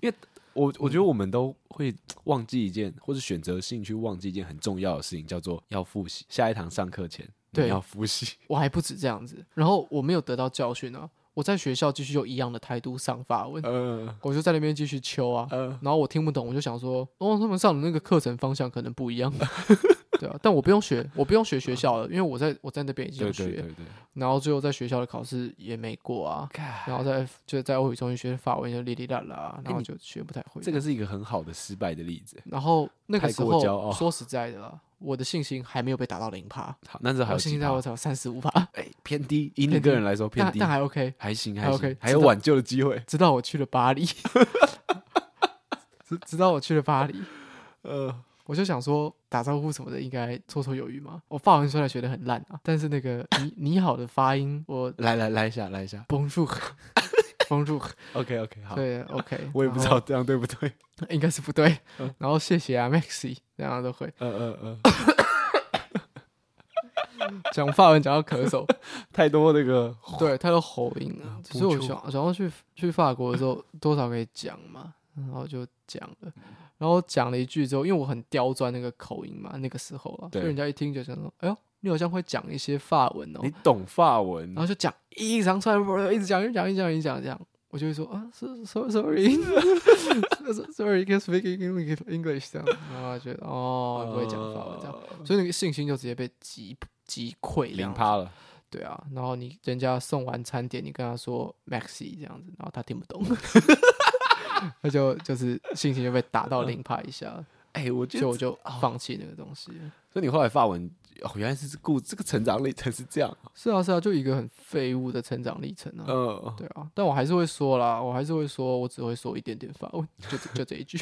Speaker 1: 我我觉
Speaker 2: 嗯
Speaker 1: 得我们都会忘记一件，或是选择性去忘记一件很重要的事情，叫做要复习。下一堂上课前，
Speaker 2: 对
Speaker 1: 你要复
Speaker 2: (laughs)
Speaker 1: 习。
Speaker 2: 我还不止这样子，然后我没有得到教训啊，我在学校继续用一样的态度上发问，
Speaker 1: 呃
Speaker 2: 我就在那边继续秋啊，
Speaker 1: 呃，
Speaker 2: 然后我听不懂，我就想说，哦，他们上的那个课程方向可能不
Speaker 1: (laughs)
Speaker 2: 一样，对啊，但我不用学，我不用学学校了，因为我在我在那边已经
Speaker 1: 对
Speaker 2: 有学，
Speaker 1: 对对对，
Speaker 2: 然后最后在学校的考试也没过啊，然后在就在欧语中心学法文就哩哩啦啦，然后
Speaker 1: 你
Speaker 2: 就学不太会。
Speaker 1: 这个是一个很好的失败的例子。
Speaker 2: 然后那个
Speaker 1: 太
Speaker 2: 时
Speaker 1: 过骄傲
Speaker 2: 候说实在的啦，我的信心还没有被打到零趴，
Speaker 1: 好，那这还
Speaker 2: 我
Speaker 1: 有
Speaker 2: 信
Speaker 1: 其
Speaker 2: 心在
Speaker 1: 他
Speaker 2: 我才有三十五趴，
Speaker 1: 哎偏低，以你
Speaker 2: 偏低
Speaker 1: 个人来说偏
Speaker 2: 但
Speaker 1: 低，
Speaker 2: 但还 OK。
Speaker 1: 还行
Speaker 2: 还
Speaker 1: 还
Speaker 2: OK，
Speaker 1: 行，还有
Speaker 2: 知道
Speaker 1: 挽救的机会。
Speaker 2: 直到我去了巴黎， (laughs) 直直到我去了巴黎，
Speaker 1: 呃，
Speaker 2: 我就想说，打招呼什么的应该绰绰有余嘛。我法文虽然学的很烂啊，但是那个你你好的发音，我
Speaker 1: 来来来一下，来一下。
Speaker 2: bonjour，bonjour，
Speaker 1: OK OK，好，
Speaker 2: 对，OK，
Speaker 1: 我也不知道这样对不对。
Speaker 2: 然后，应该是不对
Speaker 1: 嗯。
Speaker 2: 然后谢谢啊，Maxi，这样都会
Speaker 1: 呃呃
Speaker 2: 讲法文讲到咳嗽，
Speaker 1: 呃， (laughs) 太多那个
Speaker 2: 对，他有吼音啊。只是我
Speaker 1: bonjour
Speaker 2: 想想要去去法国的时候，多少可以讲嘛，然后就讲了。然后讲了一句之后，因为我很刁钻那个口音嘛，那个时候啊，所
Speaker 1: 对
Speaker 2: 以人家一听就想说：“哎呦，你好像会讲一些法文哦。”
Speaker 1: 你懂法文
Speaker 2: 然，后就讲一长串，一直讲，一直讲，一直讲，一直讲，这样，我就会说啊，so-，so (laughs) sorry，sorry，can speak English English 这样，然后觉得哦，不会讲法文这样，
Speaker 1: 样，
Speaker 2: 所以那个信心就直接被击击溃，
Speaker 1: 哦零，趴了。
Speaker 2: 对啊，然后你人家送完餐点，你跟他说 Maxi 这样子，然后他听不
Speaker 1: (laughs)
Speaker 2: 懂，他就就是信心就被打到零趴一下，
Speaker 1: 哎，我
Speaker 2: 所
Speaker 1: 觉
Speaker 2: 以
Speaker 1: 得
Speaker 2: 我就放弃那个东西了。
Speaker 1: 所以你后来发文，哦，原来是故这个成长历程是这样。
Speaker 2: 是啊，是啊，就一个很废物的成长历程啊。
Speaker 1: 呃，
Speaker 2: 对啊，但我还是会说啦，我还是会说，我只会说一点点法文，就这就这一句。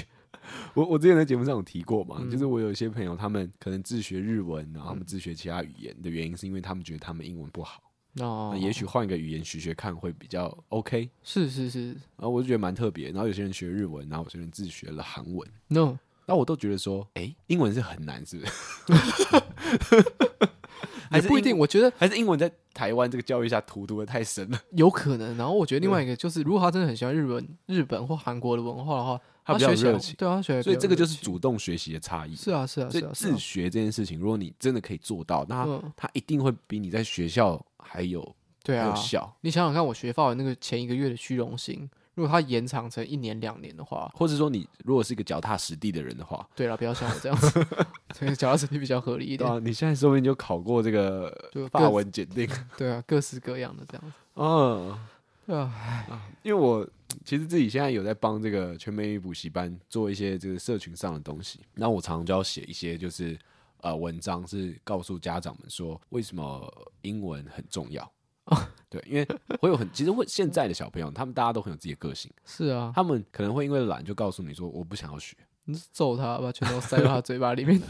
Speaker 1: 我我之前在节目上有提过嘛，
Speaker 2: 嗯
Speaker 1: 就是我有一些朋友，他们可能自学日文，然后他们自学其他语言的原因，是因为他们觉得他们英文不好，
Speaker 2: 那
Speaker 1: 那 (laughs) 也许换一个语言学学看会比较 OK。
Speaker 2: 是是是
Speaker 1: 然后我就觉得蛮特别。然后有些人学日文，然后有些人自学了韩文，
Speaker 2: ，no，
Speaker 1: 那我都觉得说，哎，英文是很难，是 (laughs) 不是？
Speaker 2: 也
Speaker 1: 还是
Speaker 2: 不一
Speaker 1: 英
Speaker 2: 定。我觉得
Speaker 1: 还是英文在台湾这个教育下荼毒的太深了，
Speaker 2: 有可能。然后我觉得另
Speaker 1: 嗯
Speaker 2: 外一个就是，如果他真的很喜欢日本、日本或韩国的文化的话，
Speaker 1: 他
Speaker 2: 他
Speaker 1: 比较
Speaker 2: 学起来
Speaker 1: 热情，
Speaker 2: 对啊，他学起
Speaker 1: (laughs)
Speaker 2: 来
Speaker 1: 所以
Speaker 2: 比较
Speaker 1: 这个就
Speaker 2: 热
Speaker 1: 是
Speaker 2: 情
Speaker 1: 主动学习的差异。
Speaker 2: 是啊是啊
Speaker 1: 所
Speaker 2: 是
Speaker 1: 以
Speaker 2: 啊，是
Speaker 1: 自
Speaker 2: 啊
Speaker 1: 学这件事情，如果你真的可以做到，那它
Speaker 2: 嗯，
Speaker 1: 它一定会比你在学校还有
Speaker 2: 对
Speaker 1: 还
Speaker 2: 啊
Speaker 1: 有。效，
Speaker 2: 你想想看，我学法文那个前一个月的虚荣心，如果它延长成一年两年的话，
Speaker 1: 或者说你如果是一个脚踏实地的人的话，
Speaker 2: 对了，不要像我这样
Speaker 1: (laughs)
Speaker 2: 子，所以脚踏实地比较合理一
Speaker 1: 对
Speaker 2: 点。
Speaker 1: 啊，你现在说不定就考过这个
Speaker 2: 就
Speaker 1: 法
Speaker 2: 各
Speaker 1: 文检定，
Speaker 2: 对啊，各式各样的这样子。
Speaker 1: (laughs) 嗯。
Speaker 2: 对啊，
Speaker 1: 因为我其实自己现在有在帮这个全美语补习班做一些这个社群上的东西，那我常常就要写一些就是呃文章，是告诉家长们说为什么英文很重要。 (laughs) 对，因为会有很，其实会现在的小朋友，他们大家都很有自己的个性，
Speaker 2: 是啊，
Speaker 1: 他们可能会因为懒就告诉你说我不想要学，
Speaker 2: 你就揍他，把拳头塞到他嘴巴里
Speaker 1: (laughs)
Speaker 2: 面。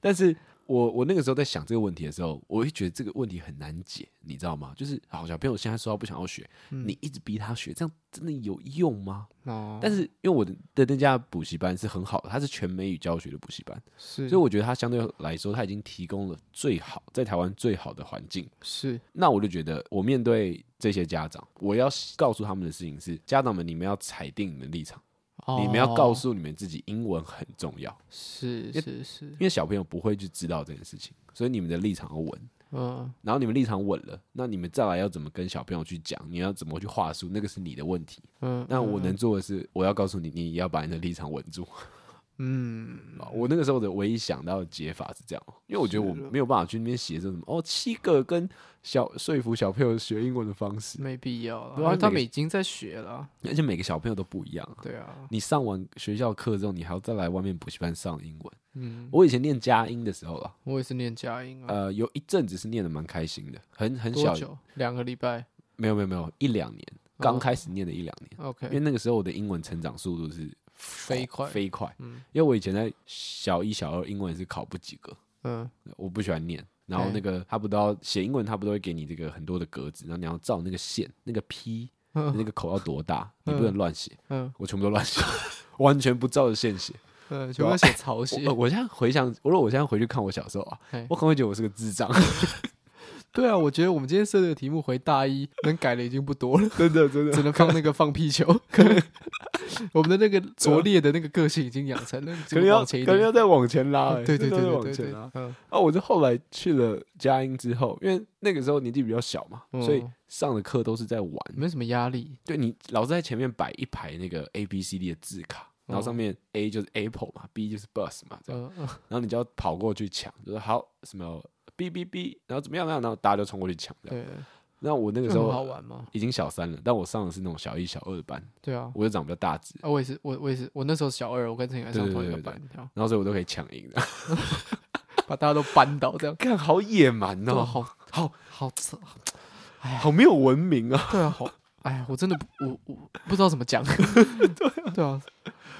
Speaker 1: 但是我我那个时候在想这个问题的时候，我会觉得这个问题很难解，你知道吗？就是好小朋友现在说他不想要学，
Speaker 2: 嗯
Speaker 1: 你一直逼他学，这样真的有用吗？
Speaker 2: 哦，
Speaker 1: 但是因为我的的那家补习班是很好的，它是全美语教学的补习班，
Speaker 2: 是，
Speaker 1: 所以我觉得它相对来说，它已经提供了最好在台湾最好的环境。
Speaker 2: 是
Speaker 1: 那我就觉得，我面对这些家长，我要告诉他们的事情是：家长们，你们要裁定你们的立场，你们要告
Speaker 2: 哦
Speaker 1: 诉你们自己，英文很重要，
Speaker 2: 是是是
Speaker 1: 因，为小朋友不会去知道这件事情，所以你们的立场要稳。
Speaker 2: 嗯，
Speaker 1: 然后你们立场稳了，那你们再来要怎么跟小朋友去讲？你要怎么去话术？那个是你的问题。
Speaker 2: 嗯，
Speaker 1: 那我
Speaker 2: 嗯
Speaker 1: 能做的是，我要告诉你，你要把你的立场稳住。
Speaker 2: 嗯，
Speaker 1: 啊我那个时候的唯一想到的解法是这样，因为我觉得我没有办法去那边写这种什么哦，七个跟小说服小朋友学英文的方式，
Speaker 2: 没必要了，
Speaker 1: 对
Speaker 2: 因
Speaker 1: 啊
Speaker 2: 为他
Speaker 1: 每
Speaker 2: 们已经在学了，
Speaker 1: 而且每个小朋友都不一样啊。
Speaker 2: 对啊，
Speaker 1: 你上完学校课之后，你还要再来外面补习班上英文。
Speaker 2: 嗯，
Speaker 1: 我以前念佳音的时候啦，
Speaker 2: 我也是念佳音啊，
Speaker 1: 呃，有一阵子是念的蛮开心的，很很
Speaker 2: 多
Speaker 1: 小，
Speaker 2: 久？嗯两个礼拜
Speaker 1: 没有没有没有，一两年，刚开始念的一两年，因为
Speaker 2: ，OK，
Speaker 1: 那个时候我的英文成长速度是哦
Speaker 2: 飞快
Speaker 1: 飞快。
Speaker 2: 嗯
Speaker 1: 因为我以前在小一、小二英文是考不及格，
Speaker 2: 嗯，
Speaker 1: 我不喜欢念。然后
Speaker 2: 嗯
Speaker 1: 那个他不都要写英文，他不都会给你这个很多的格子，然后你要照那个线、那个 P、
Speaker 2: (laughs) 嗯
Speaker 1: 那个口要多大，你
Speaker 2: 嗯
Speaker 1: 不能乱写。
Speaker 2: 嗯
Speaker 1: 我全部都乱写， (laughs) 完全不照着线
Speaker 2: (laughs)
Speaker 1: 写。
Speaker 2: 嗯，全部写草写
Speaker 1: 我，我现在回想，我如果我现在回去看我小时候啊
Speaker 2: 嘿，
Speaker 1: 我可能会觉得我是个智
Speaker 2: (laughs)
Speaker 1: 障，
Speaker 2: 对啊，我觉得我们今天设这个题目回大一能改的已经不多了，
Speaker 1: 真的真的。
Speaker 2: 只能放那个放
Speaker 1: (laughs)
Speaker 2: 屁球。 (laughs) 我们的那个拙劣的那个个性已经养成了，
Speaker 1: 可能要
Speaker 2: 往
Speaker 1: 可
Speaker 2: 前一
Speaker 1: 能
Speaker 2: 点。
Speaker 1: 要再往前拉、欸，
Speaker 2: (laughs) 对
Speaker 1: 真
Speaker 2: 对对
Speaker 1: 的是
Speaker 2: 对
Speaker 1: 往
Speaker 2: 对
Speaker 1: 前
Speaker 2: 对
Speaker 1: 拉。，
Speaker 2: 嗯
Speaker 1: 啊，我是后来去了佳音之后，因为那个时候年纪比较小嘛，
Speaker 2: 嗯
Speaker 1: 所以上的课都是在玩。
Speaker 2: 没什么压力。
Speaker 1: 对你老师在前面摆一排那个 A B C D 的字卡，然后上
Speaker 2: 嗯
Speaker 1: 面 A 就是 Apple 嘛，B 就是 Bus 嘛，这样，
Speaker 2: 嗯嗯
Speaker 1: 然后你就要跑过去抢，就是好什么 B B B，然后怎么样怎么样，然后大家就冲过去抢。这样，
Speaker 2: 对，
Speaker 1: 那我那个
Speaker 2: 就
Speaker 1: 时
Speaker 2: 很好
Speaker 1: 候
Speaker 2: 玩嘛。
Speaker 1: 已经小三了，但我上的是那种小一、小二的班，
Speaker 2: 对啊，
Speaker 1: 我就长比较大只，
Speaker 2: 啊，我也是，我我也是，我那时候小二，我跟陈远上
Speaker 1: 对对
Speaker 2: 同一
Speaker 1: 对对
Speaker 2: 个班，这样
Speaker 1: 然后所以我都可以抢赢的。 (laughs)
Speaker 2: 把大家都扳倒，这样
Speaker 1: 看，好野蛮
Speaker 2: 对啊，
Speaker 1: 哦，
Speaker 2: 好哎
Speaker 1: 好
Speaker 2: 好惨，
Speaker 1: 好没有文明啊！ (laughs)
Speaker 2: 对啊，好，哎呀，我真的不我我不知道怎么讲，对啊，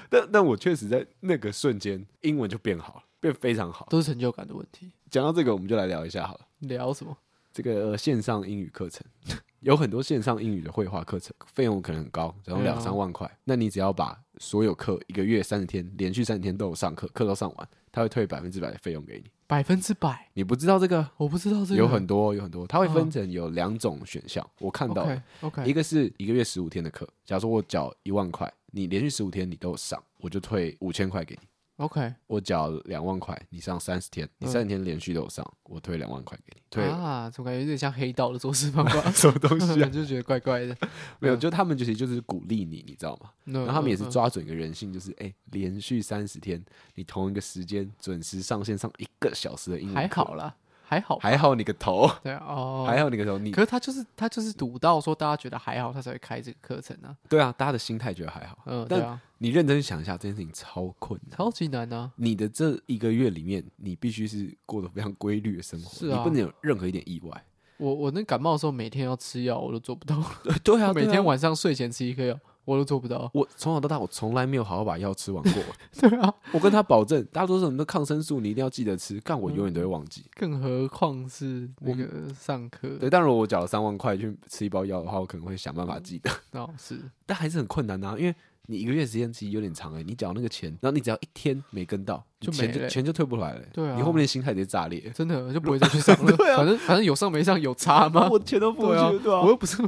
Speaker 1: 但但我确实在那个瞬间，英文就变好了，变非常好。
Speaker 2: 都是成就感的问题。
Speaker 1: 讲到这个，我们就来聊一下好了。
Speaker 2: 聊什么？
Speaker 1: 这个、呃线上英语课程 (laughs) 有很多线上英语的绘画课程，费用可能很高，然后
Speaker 2: 对啊
Speaker 1: 两三万块。那你只要把所有课一个月三十天，连续三十天都有上课，课都上完，他会退百分之百的费用给你。
Speaker 2: 百分之百，
Speaker 1: 你不知道这个？
Speaker 2: 我不知道这个
Speaker 1: 有很多有很多，它会分
Speaker 2: 嗯
Speaker 1: 成有两种选项，我看到的
Speaker 2: OK OK，
Speaker 1: 一个是一个月十五天的课，假如说我缴一万块，你连续十五天你都有上，我就退五千块给你。
Speaker 2: OK
Speaker 1: 我缴两万块，你上三十天，你
Speaker 2: 嗯
Speaker 1: 三十天连续都有上，我退两万块给你，退、
Speaker 2: 啊，总感觉有点像黑道的做事方法
Speaker 1: (laughs) ，什么东西啊？
Speaker 2: (laughs) 就觉得怪怪的。
Speaker 1: 没有，
Speaker 2: 嗯
Speaker 1: 就他们其实就是鼓励你，你知道吗？
Speaker 2: 然
Speaker 1: 然后他们
Speaker 2: 嗯
Speaker 1: 也是抓准一个人性，就是哎、连续三十天，你同一个时间准时上线上一个小时的英文，
Speaker 2: 还好，啦，还好，
Speaker 1: 还好你个头，
Speaker 2: 对啊哦，
Speaker 1: 还。好你个头，你
Speaker 2: 可是他就是他就是赌到说大家觉得还好，他才会开这个课程啊。
Speaker 1: 对啊，大家的心态觉得还好，
Speaker 2: 嗯，对
Speaker 1: 但
Speaker 2: 啊，
Speaker 1: 你认真想一下，这件事情超困难。
Speaker 2: 超级难啊。
Speaker 1: 你的这一个月里面，你必须是过得非常规律的生活，
Speaker 2: 是啊
Speaker 1: 你不能有任何一点意外。
Speaker 2: 我我那感冒的时候，每天要吃药，我都做不到。
Speaker 1: (laughs) 对啊，
Speaker 2: 每
Speaker 1: 对啊
Speaker 2: 天晚上睡前吃一颗药，我都做不到。 (laughs)
Speaker 1: 我从小到大，我从来没有好好把药吃完过。
Speaker 2: 对啊，
Speaker 1: 我跟他保证，大家都说什么抗生素你一定要记得吃，干我永远都会忘记。
Speaker 2: 更何况是那
Speaker 1: 我
Speaker 2: 个上课。
Speaker 1: 对，但如果我缴了三万块去吃一包药的话，我可能会想办法记得，
Speaker 2: 那是
Speaker 1: (laughs) 但还是很困难啊，因为你一个月时间其实有点长哎、你缴那个钱，然后你只要一天没跟到，
Speaker 2: 就
Speaker 1: 钱
Speaker 2: 没了
Speaker 1: 就
Speaker 2: 欸
Speaker 1: 钱就退不回来了欸、
Speaker 2: 对啊
Speaker 1: 你后面的心态直接炸裂欸。
Speaker 2: 真的就不会再去上
Speaker 1: (laughs)
Speaker 2: 了。
Speaker 1: 对啊
Speaker 2: 反正反正有上没上有差 (laughs) 吗？
Speaker 1: 我钱都付
Speaker 2: 对啊
Speaker 1: 出去，对啊，
Speaker 2: 我又不是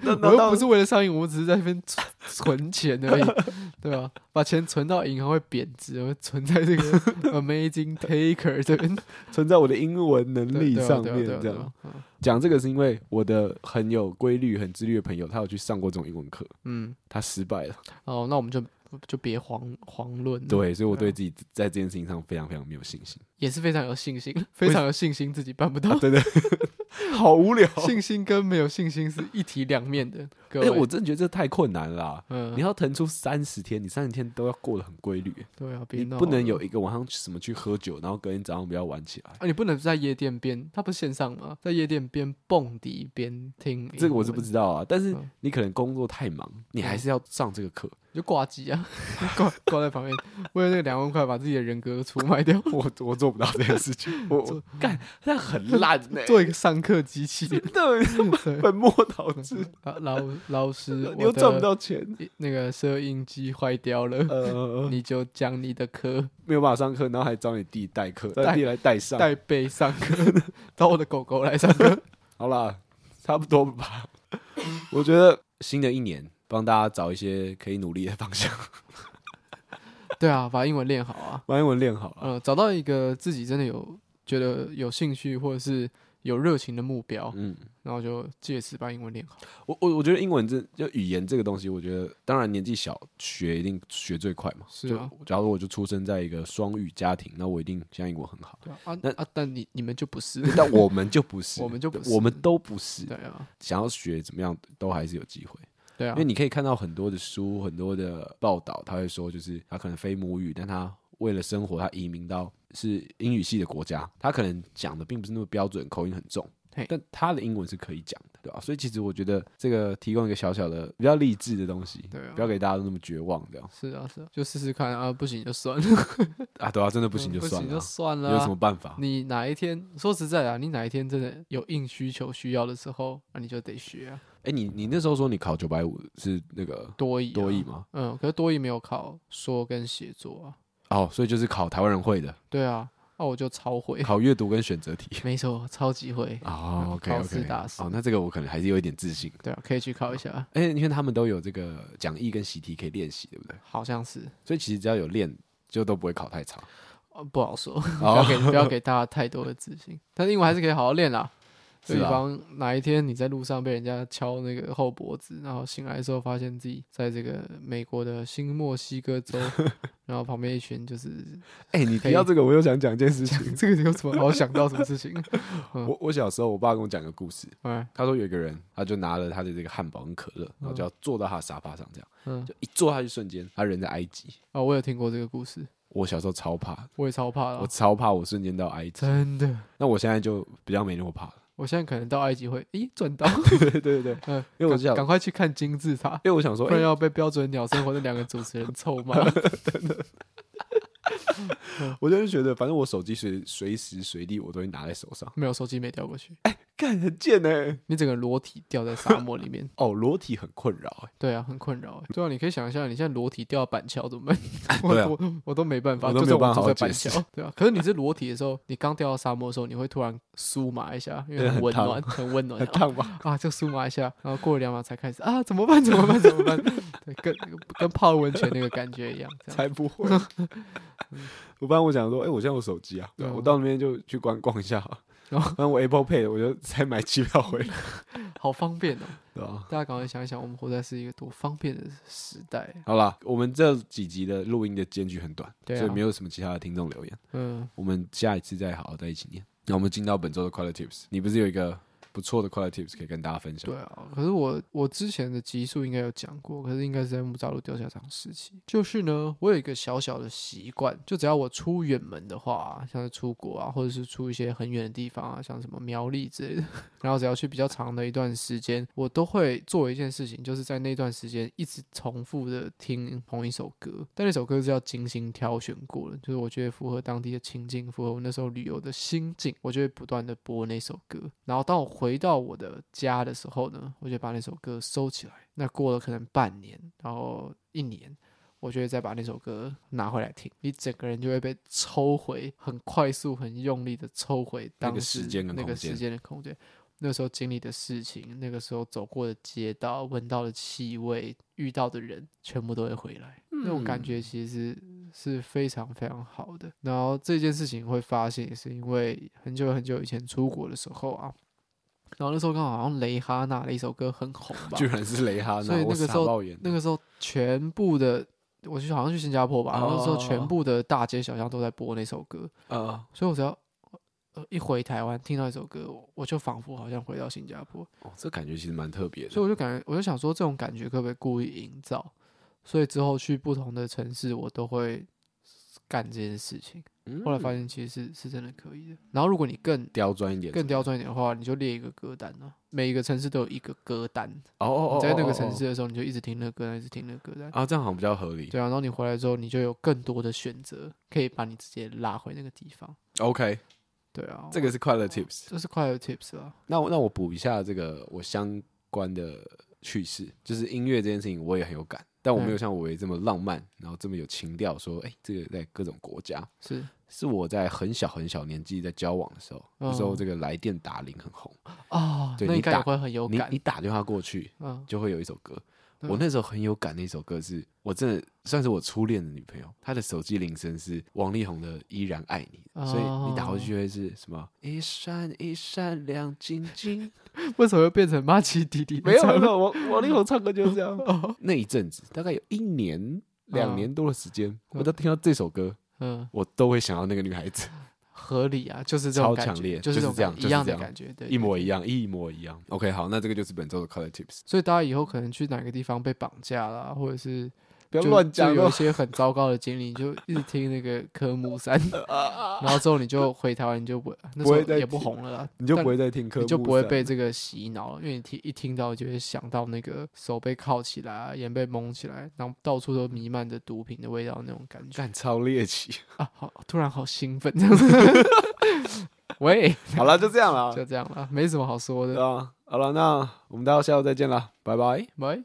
Speaker 1: 那 (laughs)
Speaker 2: 我
Speaker 1: 难
Speaker 2: 又
Speaker 1: 道
Speaker 2: 不是为了上瘾，我只是在那边存 (laughs) 存钱
Speaker 1: (laughs)
Speaker 2: 而已，对吧、把钱存到银行会贬值，我存
Speaker 1: (laughs)
Speaker 2: 在这个 Amazing Taker 这边
Speaker 1: 存在我的英文能
Speaker 2: 对
Speaker 1: 力
Speaker 2: 对啊
Speaker 1: 上
Speaker 2: 对啊
Speaker 1: 面
Speaker 2: 对啊
Speaker 1: 这
Speaker 2: 对
Speaker 1: 样
Speaker 2: 啊？嗯
Speaker 1: 讲这个是因为我的很有规律、很自律的朋友，他有去上过这种英文课，
Speaker 2: 嗯，
Speaker 1: 他失败了。
Speaker 2: 哦，那我们就就别遑遑论了，
Speaker 1: 对，所以我对
Speaker 2: 对啊
Speaker 1: 自己在这件事情上非常非常没有信心。
Speaker 2: 也是非常有信心，非常有信心自己办不
Speaker 1: 啊
Speaker 2: 到。
Speaker 1: 对
Speaker 2: (laughs)
Speaker 1: 对，好无聊。
Speaker 2: 信心跟没有信心是一体两面的，各
Speaker 1: 哎、
Speaker 2: 位。
Speaker 1: 我真的觉得这太困难了啊、你
Speaker 2: 嗯，
Speaker 1: 要腾出三十天，你三十天都要过得很规律，
Speaker 2: 对啊，别
Speaker 1: 你
Speaker 2: 闹
Speaker 1: 不能
Speaker 2: 了
Speaker 1: 有一个晚上什么去喝酒，然后隔天早上不要玩起来。
Speaker 2: 啊，你不能在夜店边，他不是线上吗？在夜店边蹦迪边听，
Speaker 1: 这个我是不，知道啊，但是
Speaker 2: 哎嗯
Speaker 1: 你可能工作太忙，你还是要上这个课。
Speaker 2: 你就挂机啊， (laughs) 挂挂在旁边，为了那个两万块把自己的人格出
Speaker 1: (laughs)
Speaker 2: 卖掉，
Speaker 1: 我我做不到这件事情，
Speaker 2: (laughs)
Speaker 1: 我我干，那很烂欸呢、 (laughs)
Speaker 2: 做一个上课机器， (laughs)
Speaker 1: 对，
Speaker 2: 对
Speaker 1: 本末倒置，
Speaker 2: 啊老老师，
Speaker 1: 你
Speaker 2: 我
Speaker 1: 又赚不
Speaker 2: 的
Speaker 1: 到钱。
Speaker 2: 那个收音机坏掉了，
Speaker 1: 呃，
Speaker 2: 你就将你的课
Speaker 1: 没有办法上课，然后还找你弟代课，
Speaker 2: 代
Speaker 1: 让弟来代上。
Speaker 2: 带背上课， (laughs) 找我的狗狗来上课， (laughs)
Speaker 1: 好啦，差不多吧。我觉得新的一年帮大家找一些可以努力的方向， (laughs)
Speaker 2: 对啊，把英文练好啊，
Speaker 1: 把英文练好了。
Speaker 2: 嗯，找到一个自己真的有觉得有兴趣或者是有热情的目标，
Speaker 1: 嗯，
Speaker 2: 然后就借此把英文练好。
Speaker 1: 我我我觉得英文这就语言这个东西，我觉得当然年纪小学一定学最快嘛。
Speaker 2: 是啊
Speaker 1: 就假如我就出生在一个双语家庭，那我一定现在英文很
Speaker 2: (laughs)
Speaker 1: 好。
Speaker 2: 对啊，啊
Speaker 1: 那
Speaker 2: 啊，但你你们就不是，
Speaker 1: 但我们就不是，
Speaker 2: 我们就不是
Speaker 1: 我们都不是
Speaker 2: (laughs) 对。啊，
Speaker 1: 想要学怎么样，都还是有机会。
Speaker 2: 对啊
Speaker 1: 因为，你可以看到很多的书、很多的报道，他会说，就是他可能非母语，但他为了生活，他移民到是英语系的国家，他可能讲的并不是那么标准，口音很重，
Speaker 2: 嘿
Speaker 1: 但他的英文是可以讲的，对吧、所以其实我觉得这个提供一个小小的比较励志的东西，
Speaker 2: 对啊
Speaker 1: 不要给大家都那么绝望，这样
Speaker 2: 是啊是啊，就试试看啊，不行就算了，
Speaker 1: 啊，对啊， (laughs) 真的不行就算
Speaker 2: 嗯不行
Speaker 1: 了
Speaker 2: 就
Speaker 1: 啊、
Speaker 2: 算了
Speaker 1: 有什
Speaker 2: 啊
Speaker 1: 么。办法？
Speaker 2: 你哪一天说实在啊，你哪一天真的有硬需求需要的时候，那、你就得学啊，
Speaker 1: 哎、你你那时候说你考九百五是那个
Speaker 2: 多译、啊、
Speaker 1: 多译，吗？
Speaker 2: 嗯，可是多译没有考说跟写作啊，
Speaker 1: 哦，所以就是考台湾人会的，
Speaker 2: 对啊，那、我就超会，
Speaker 1: 考阅读跟选择
Speaker 2: (laughs)
Speaker 1: 题。
Speaker 2: 没错，超级会，
Speaker 1: 哦，OK
Speaker 2: 考试
Speaker 1: OK，
Speaker 2: 打死
Speaker 1: 哦，那这个我可能还是有一点自信。
Speaker 2: 对啊，可以去考一下，
Speaker 1: 哎、因为他们都有这个讲义跟习题可以练习，对不对？
Speaker 2: 好像是，
Speaker 1: 所以其实只要有练，就都不会考太 (laughs) 差。
Speaker 2: 呃，不好说，不
Speaker 1: 哦
Speaker 2: 要，给不要给大家太多的自信，但是英文还是可以好好练 (laughs) 啦。
Speaker 1: 是
Speaker 2: 就以
Speaker 1: 啊
Speaker 2: 防哪一天你在路上被人家敲那个后脖子，然后醒来的时候发现自己在这个美国的新墨西哥 (laughs) 州，然后旁边一群就是
Speaker 1: 哎、你
Speaker 2: 可
Speaker 1: 提
Speaker 2: 以
Speaker 1: 到这个，我又想讲一件事情。 (laughs)
Speaker 2: 讲这个有什么好想到什么事情？
Speaker 1: 我我小时候，我爸跟我讲个故事。
Speaker 2: (laughs) 哎，
Speaker 1: 他说有一个人，他就拿了他的这个汉堡跟可乐，然后就要坐到他的沙发上，这样
Speaker 2: 嗯，
Speaker 1: 就一坐下去瞬间，他人在埃及。
Speaker 2: 啊，我有听过这个故事，
Speaker 1: 我小时候超怕，
Speaker 2: 我也超怕
Speaker 1: 我
Speaker 2: 了，
Speaker 1: 超怕我瞬间到埃 (laughs) 及。
Speaker 2: 真的，
Speaker 1: 那我现在就比较没那么怕了。
Speaker 2: 我现在可能到埃及会，咦，赚 (laughs) 到，
Speaker 1: (laughs) 对对对对，因
Speaker 2: 嗯，
Speaker 1: 因为我 (laughs)
Speaker 2: 赶
Speaker 1: 是想
Speaker 2: 赶快去看金字塔，
Speaker 1: 为我想说，
Speaker 2: 不
Speaker 1: 哎、
Speaker 2: 然要被标准鸟生活的两个主持人臭 (laughs) 骂。
Speaker 1: 哎我就是觉得，反正我手机随随时随地我都会拿在手上，
Speaker 2: 没有手机没掉过去，
Speaker 1: 干很贱欸呢、
Speaker 2: 你整个裸体掉在沙漠里面，
Speaker 1: 哦，裸体很困扰、欸，
Speaker 2: 对啊，很困扰欸。对啊，你可以想一下，你现在裸体掉到板桥怎么办？
Speaker 1: (laughs)
Speaker 2: 我
Speaker 1: 对啊
Speaker 2: 我我都没办法，
Speaker 1: 我都没
Speaker 2: 就是
Speaker 1: 有
Speaker 2: 我
Speaker 1: 办法
Speaker 2: 住
Speaker 1: 好好
Speaker 2: 在板
Speaker 1: 解释
Speaker 2: 桥，对啊。可是你是裸体的时候，你刚掉到沙漠的时候，你会突然酥麻一下，因为
Speaker 1: 对
Speaker 2: 很
Speaker 1: 很
Speaker 2: 温
Speaker 1: 烫
Speaker 2: 暖，很温暖
Speaker 1: 很，烫
Speaker 2: (laughs)
Speaker 1: 吧？
Speaker 2: 啊，就酥麻一下，然后过了两秒才开始啊，怎么办？怎么办？怎么办？ (laughs) 对，跟跟泡温泉那个感觉一样，这样
Speaker 1: 才不会。我不然我想说，哎、我现在有手机啊，对啊
Speaker 2: 嗯哦
Speaker 1: 我到那边就去观光一下好了。(laughs)
Speaker 2: 然
Speaker 1: 然
Speaker 2: 后
Speaker 1: 后，我 Apple Pay 我就再买机票回来，
Speaker 2: 好方便哦！
Speaker 1: 对吧、
Speaker 2: 大家赶快想一想，我们活在是一个多方便的时代。
Speaker 1: 好啦，我们这几集的录音的间距很短，
Speaker 2: 对啊
Speaker 1: 所以没有什么其他的听众留言。
Speaker 2: 嗯，
Speaker 1: 我们下一次再好好在一起念。那我们进到本周的快乐 Tips，你不是有一个不错的快乐 Tips 可以跟大家分享？
Speaker 2: 对啊。可是我我之前的集数应该有讲过，可是应该是在木栅路钓虾场时期。就是呢，我有一个小小的习惯，就只要我出远门的话、像是出国啊，或者是出一些很远的地方啊，像什么苗栗之类的，然后只要去比较长的一段时间，我都会做一件事情，就是在那段时间一直重复的听同一首歌，但那首歌是要精心挑选过的，就是我觉得符合当地的情境，符合我那时候旅游的心境，我就会不断的播那首歌。然后当我回到我的家的时候呢，我就把那首歌收起来。那过了可能半年，然后一年。我就会再把那首歌拿回来听，你整个人就会被抽回，很快速、很用力的抽回
Speaker 1: 那个
Speaker 2: 当时
Speaker 1: 时间跟
Speaker 2: 那个
Speaker 1: 空间
Speaker 2: 时间的空间。那时候经历的事情，那个时候走过的街道、闻到的气味、遇到的人，全部都会回来。那种感
Speaker 1: 嗯
Speaker 2: 觉其实是非常非常好的。然后这件事情会发现，也是因为很久很久以前出国的时候啊，然后那时候刚好好像雷哈娜的一首歌很红
Speaker 1: (laughs)
Speaker 2: 吧
Speaker 1: 居，然是雷哈
Speaker 2: 所
Speaker 1: 娜，
Speaker 2: 以那
Speaker 1: 我
Speaker 2: 个时
Speaker 1: 傻
Speaker 2: 候
Speaker 1: 爆眼。
Speaker 2: 那个时候全部的。我去好像去新加坡吧，然后那时候
Speaker 1: 哦
Speaker 2: 全部的大街小巷都在播那首歌，
Speaker 1: 呃，
Speaker 2: 所以我只要呃一回台湾听到一首歌，我就仿佛好像回到新加坡，
Speaker 1: 哦，这感觉其实蛮特别
Speaker 2: 所以
Speaker 1: 的。
Speaker 2: 我就感觉，我就想说这种感觉可不可以故意营造？所以之后去不同的城市，我都会干这件事情。
Speaker 1: 嗯
Speaker 2: 后来发现其实是是真的可以的。然后如果你更
Speaker 1: 刁钻一点，
Speaker 2: 更刁钻一点的话，你就列一个歌单呢、每一个城市都有一个歌单，
Speaker 1: 哦哦哦，
Speaker 2: 你在那
Speaker 1: 哦
Speaker 2: 个
Speaker 1: 哦
Speaker 2: 城市
Speaker 1: 哦
Speaker 2: 的时候，你就一直听那个歌单，一直听那个歌单。
Speaker 1: 啊，这样好像比较合理。
Speaker 2: 对啊，然后你回来之后，你就有更多的选择，可以把你直接拉回那个地方。
Speaker 1: OK，
Speaker 2: 对啊，
Speaker 1: 这个是快乐 Tips。
Speaker 2: 这是快乐 tips
Speaker 1: 哦
Speaker 2: 啊。
Speaker 1: 那我那我补一下这个我相关的趣事，就是音乐这件事情我也很有感，但我没有
Speaker 2: 嗯
Speaker 1: 像我为这么浪漫，然后这么有情调，说哎、诶这个在各种国家，
Speaker 2: 是
Speaker 1: 是我在很小很小年纪在交往的时候，那时候这个来电打铃很红，
Speaker 2: 哦，
Speaker 1: 对
Speaker 2: 那
Speaker 1: 你
Speaker 2: 应该也
Speaker 1: 打
Speaker 2: 会很有
Speaker 1: 你
Speaker 2: 感
Speaker 1: 你。打电话过去
Speaker 2: 嗯，
Speaker 1: 就会有一首歌。
Speaker 2: 嗯
Speaker 1: 我那时候很有感的一首歌是，我真的算是我初恋的女朋友，她的手机铃声是王力宏的《依然爱你》，所以你打过去就会是什么一闪一闪亮晶晶，
Speaker 2: (laughs) 为什么又变成马奇弟弟？
Speaker 1: (laughs) 没有没 (laughs) 有，王王力宏唱歌就是这样。 (laughs) 那一阵子大概有一年、两年多的时间，我都听到这首歌，
Speaker 2: 嗯，
Speaker 1: 我都会想到那个女孩 (laughs) 子，
Speaker 2: 合理啊，就是这种
Speaker 1: 超
Speaker 2: 感
Speaker 1: 强
Speaker 2: 觉，
Speaker 1: 烈
Speaker 2: 就是
Speaker 1: 就是
Speaker 2: 这种
Speaker 1: 这样就是
Speaker 2: 感一样
Speaker 1: 这
Speaker 2: 的
Speaker 1: 样
Speaker 2: 感觉，对，
Speaker 1: 一模一
Speaker 2: 样。
Speaker 1: 样，一模一样。OK，好，那这个就是本周的 Color Tips。
Speaker 2: 所以大家以后可能去哪个地方被绑架啦，或者是
Speaker 1: 不要
Speaker 2: 就
Speaker 1: 乱
Speaker 2: 就
Speaker 1: 讲
Speaker 2: 有
Speaker 1: 哦
Speaker 2: 一。些很糟糕的经历，你就一直听那个科目三， (laughs)
Speaker 1: (laughs)
Speaker 2: 然后之后你就回台湾，你就不那时
Speaker 1: 不
Speaker 2: 候
Speaker 1: 会再
Speaker 2: 也不
Speaker 1: 听
Speaker 2: 红了啦，
Speaker 1: 你就
Speaker 2: 但
Speaker 1: 不会再听科目三，
Speaker 2: 你就不会被这个洗脑了，因为你听一听到就会想到那个手被铐起来啊，眼被蒙起来，然后到处都弥漫着毒品的味道那种感觉 (laughs)
Speaker 1: 干超猎奇。
Speaker 2: 啊，好，突然好兴奋这样子。 (laughs) 喂，
Speaker 1: 好了， (laughs) 就这样了
Speaker 2: 就这样了，没什么好说的，
Speaker 1: 啊。好了，那我们大家下周再见啦，拜拜。
Speaker 2: 喂。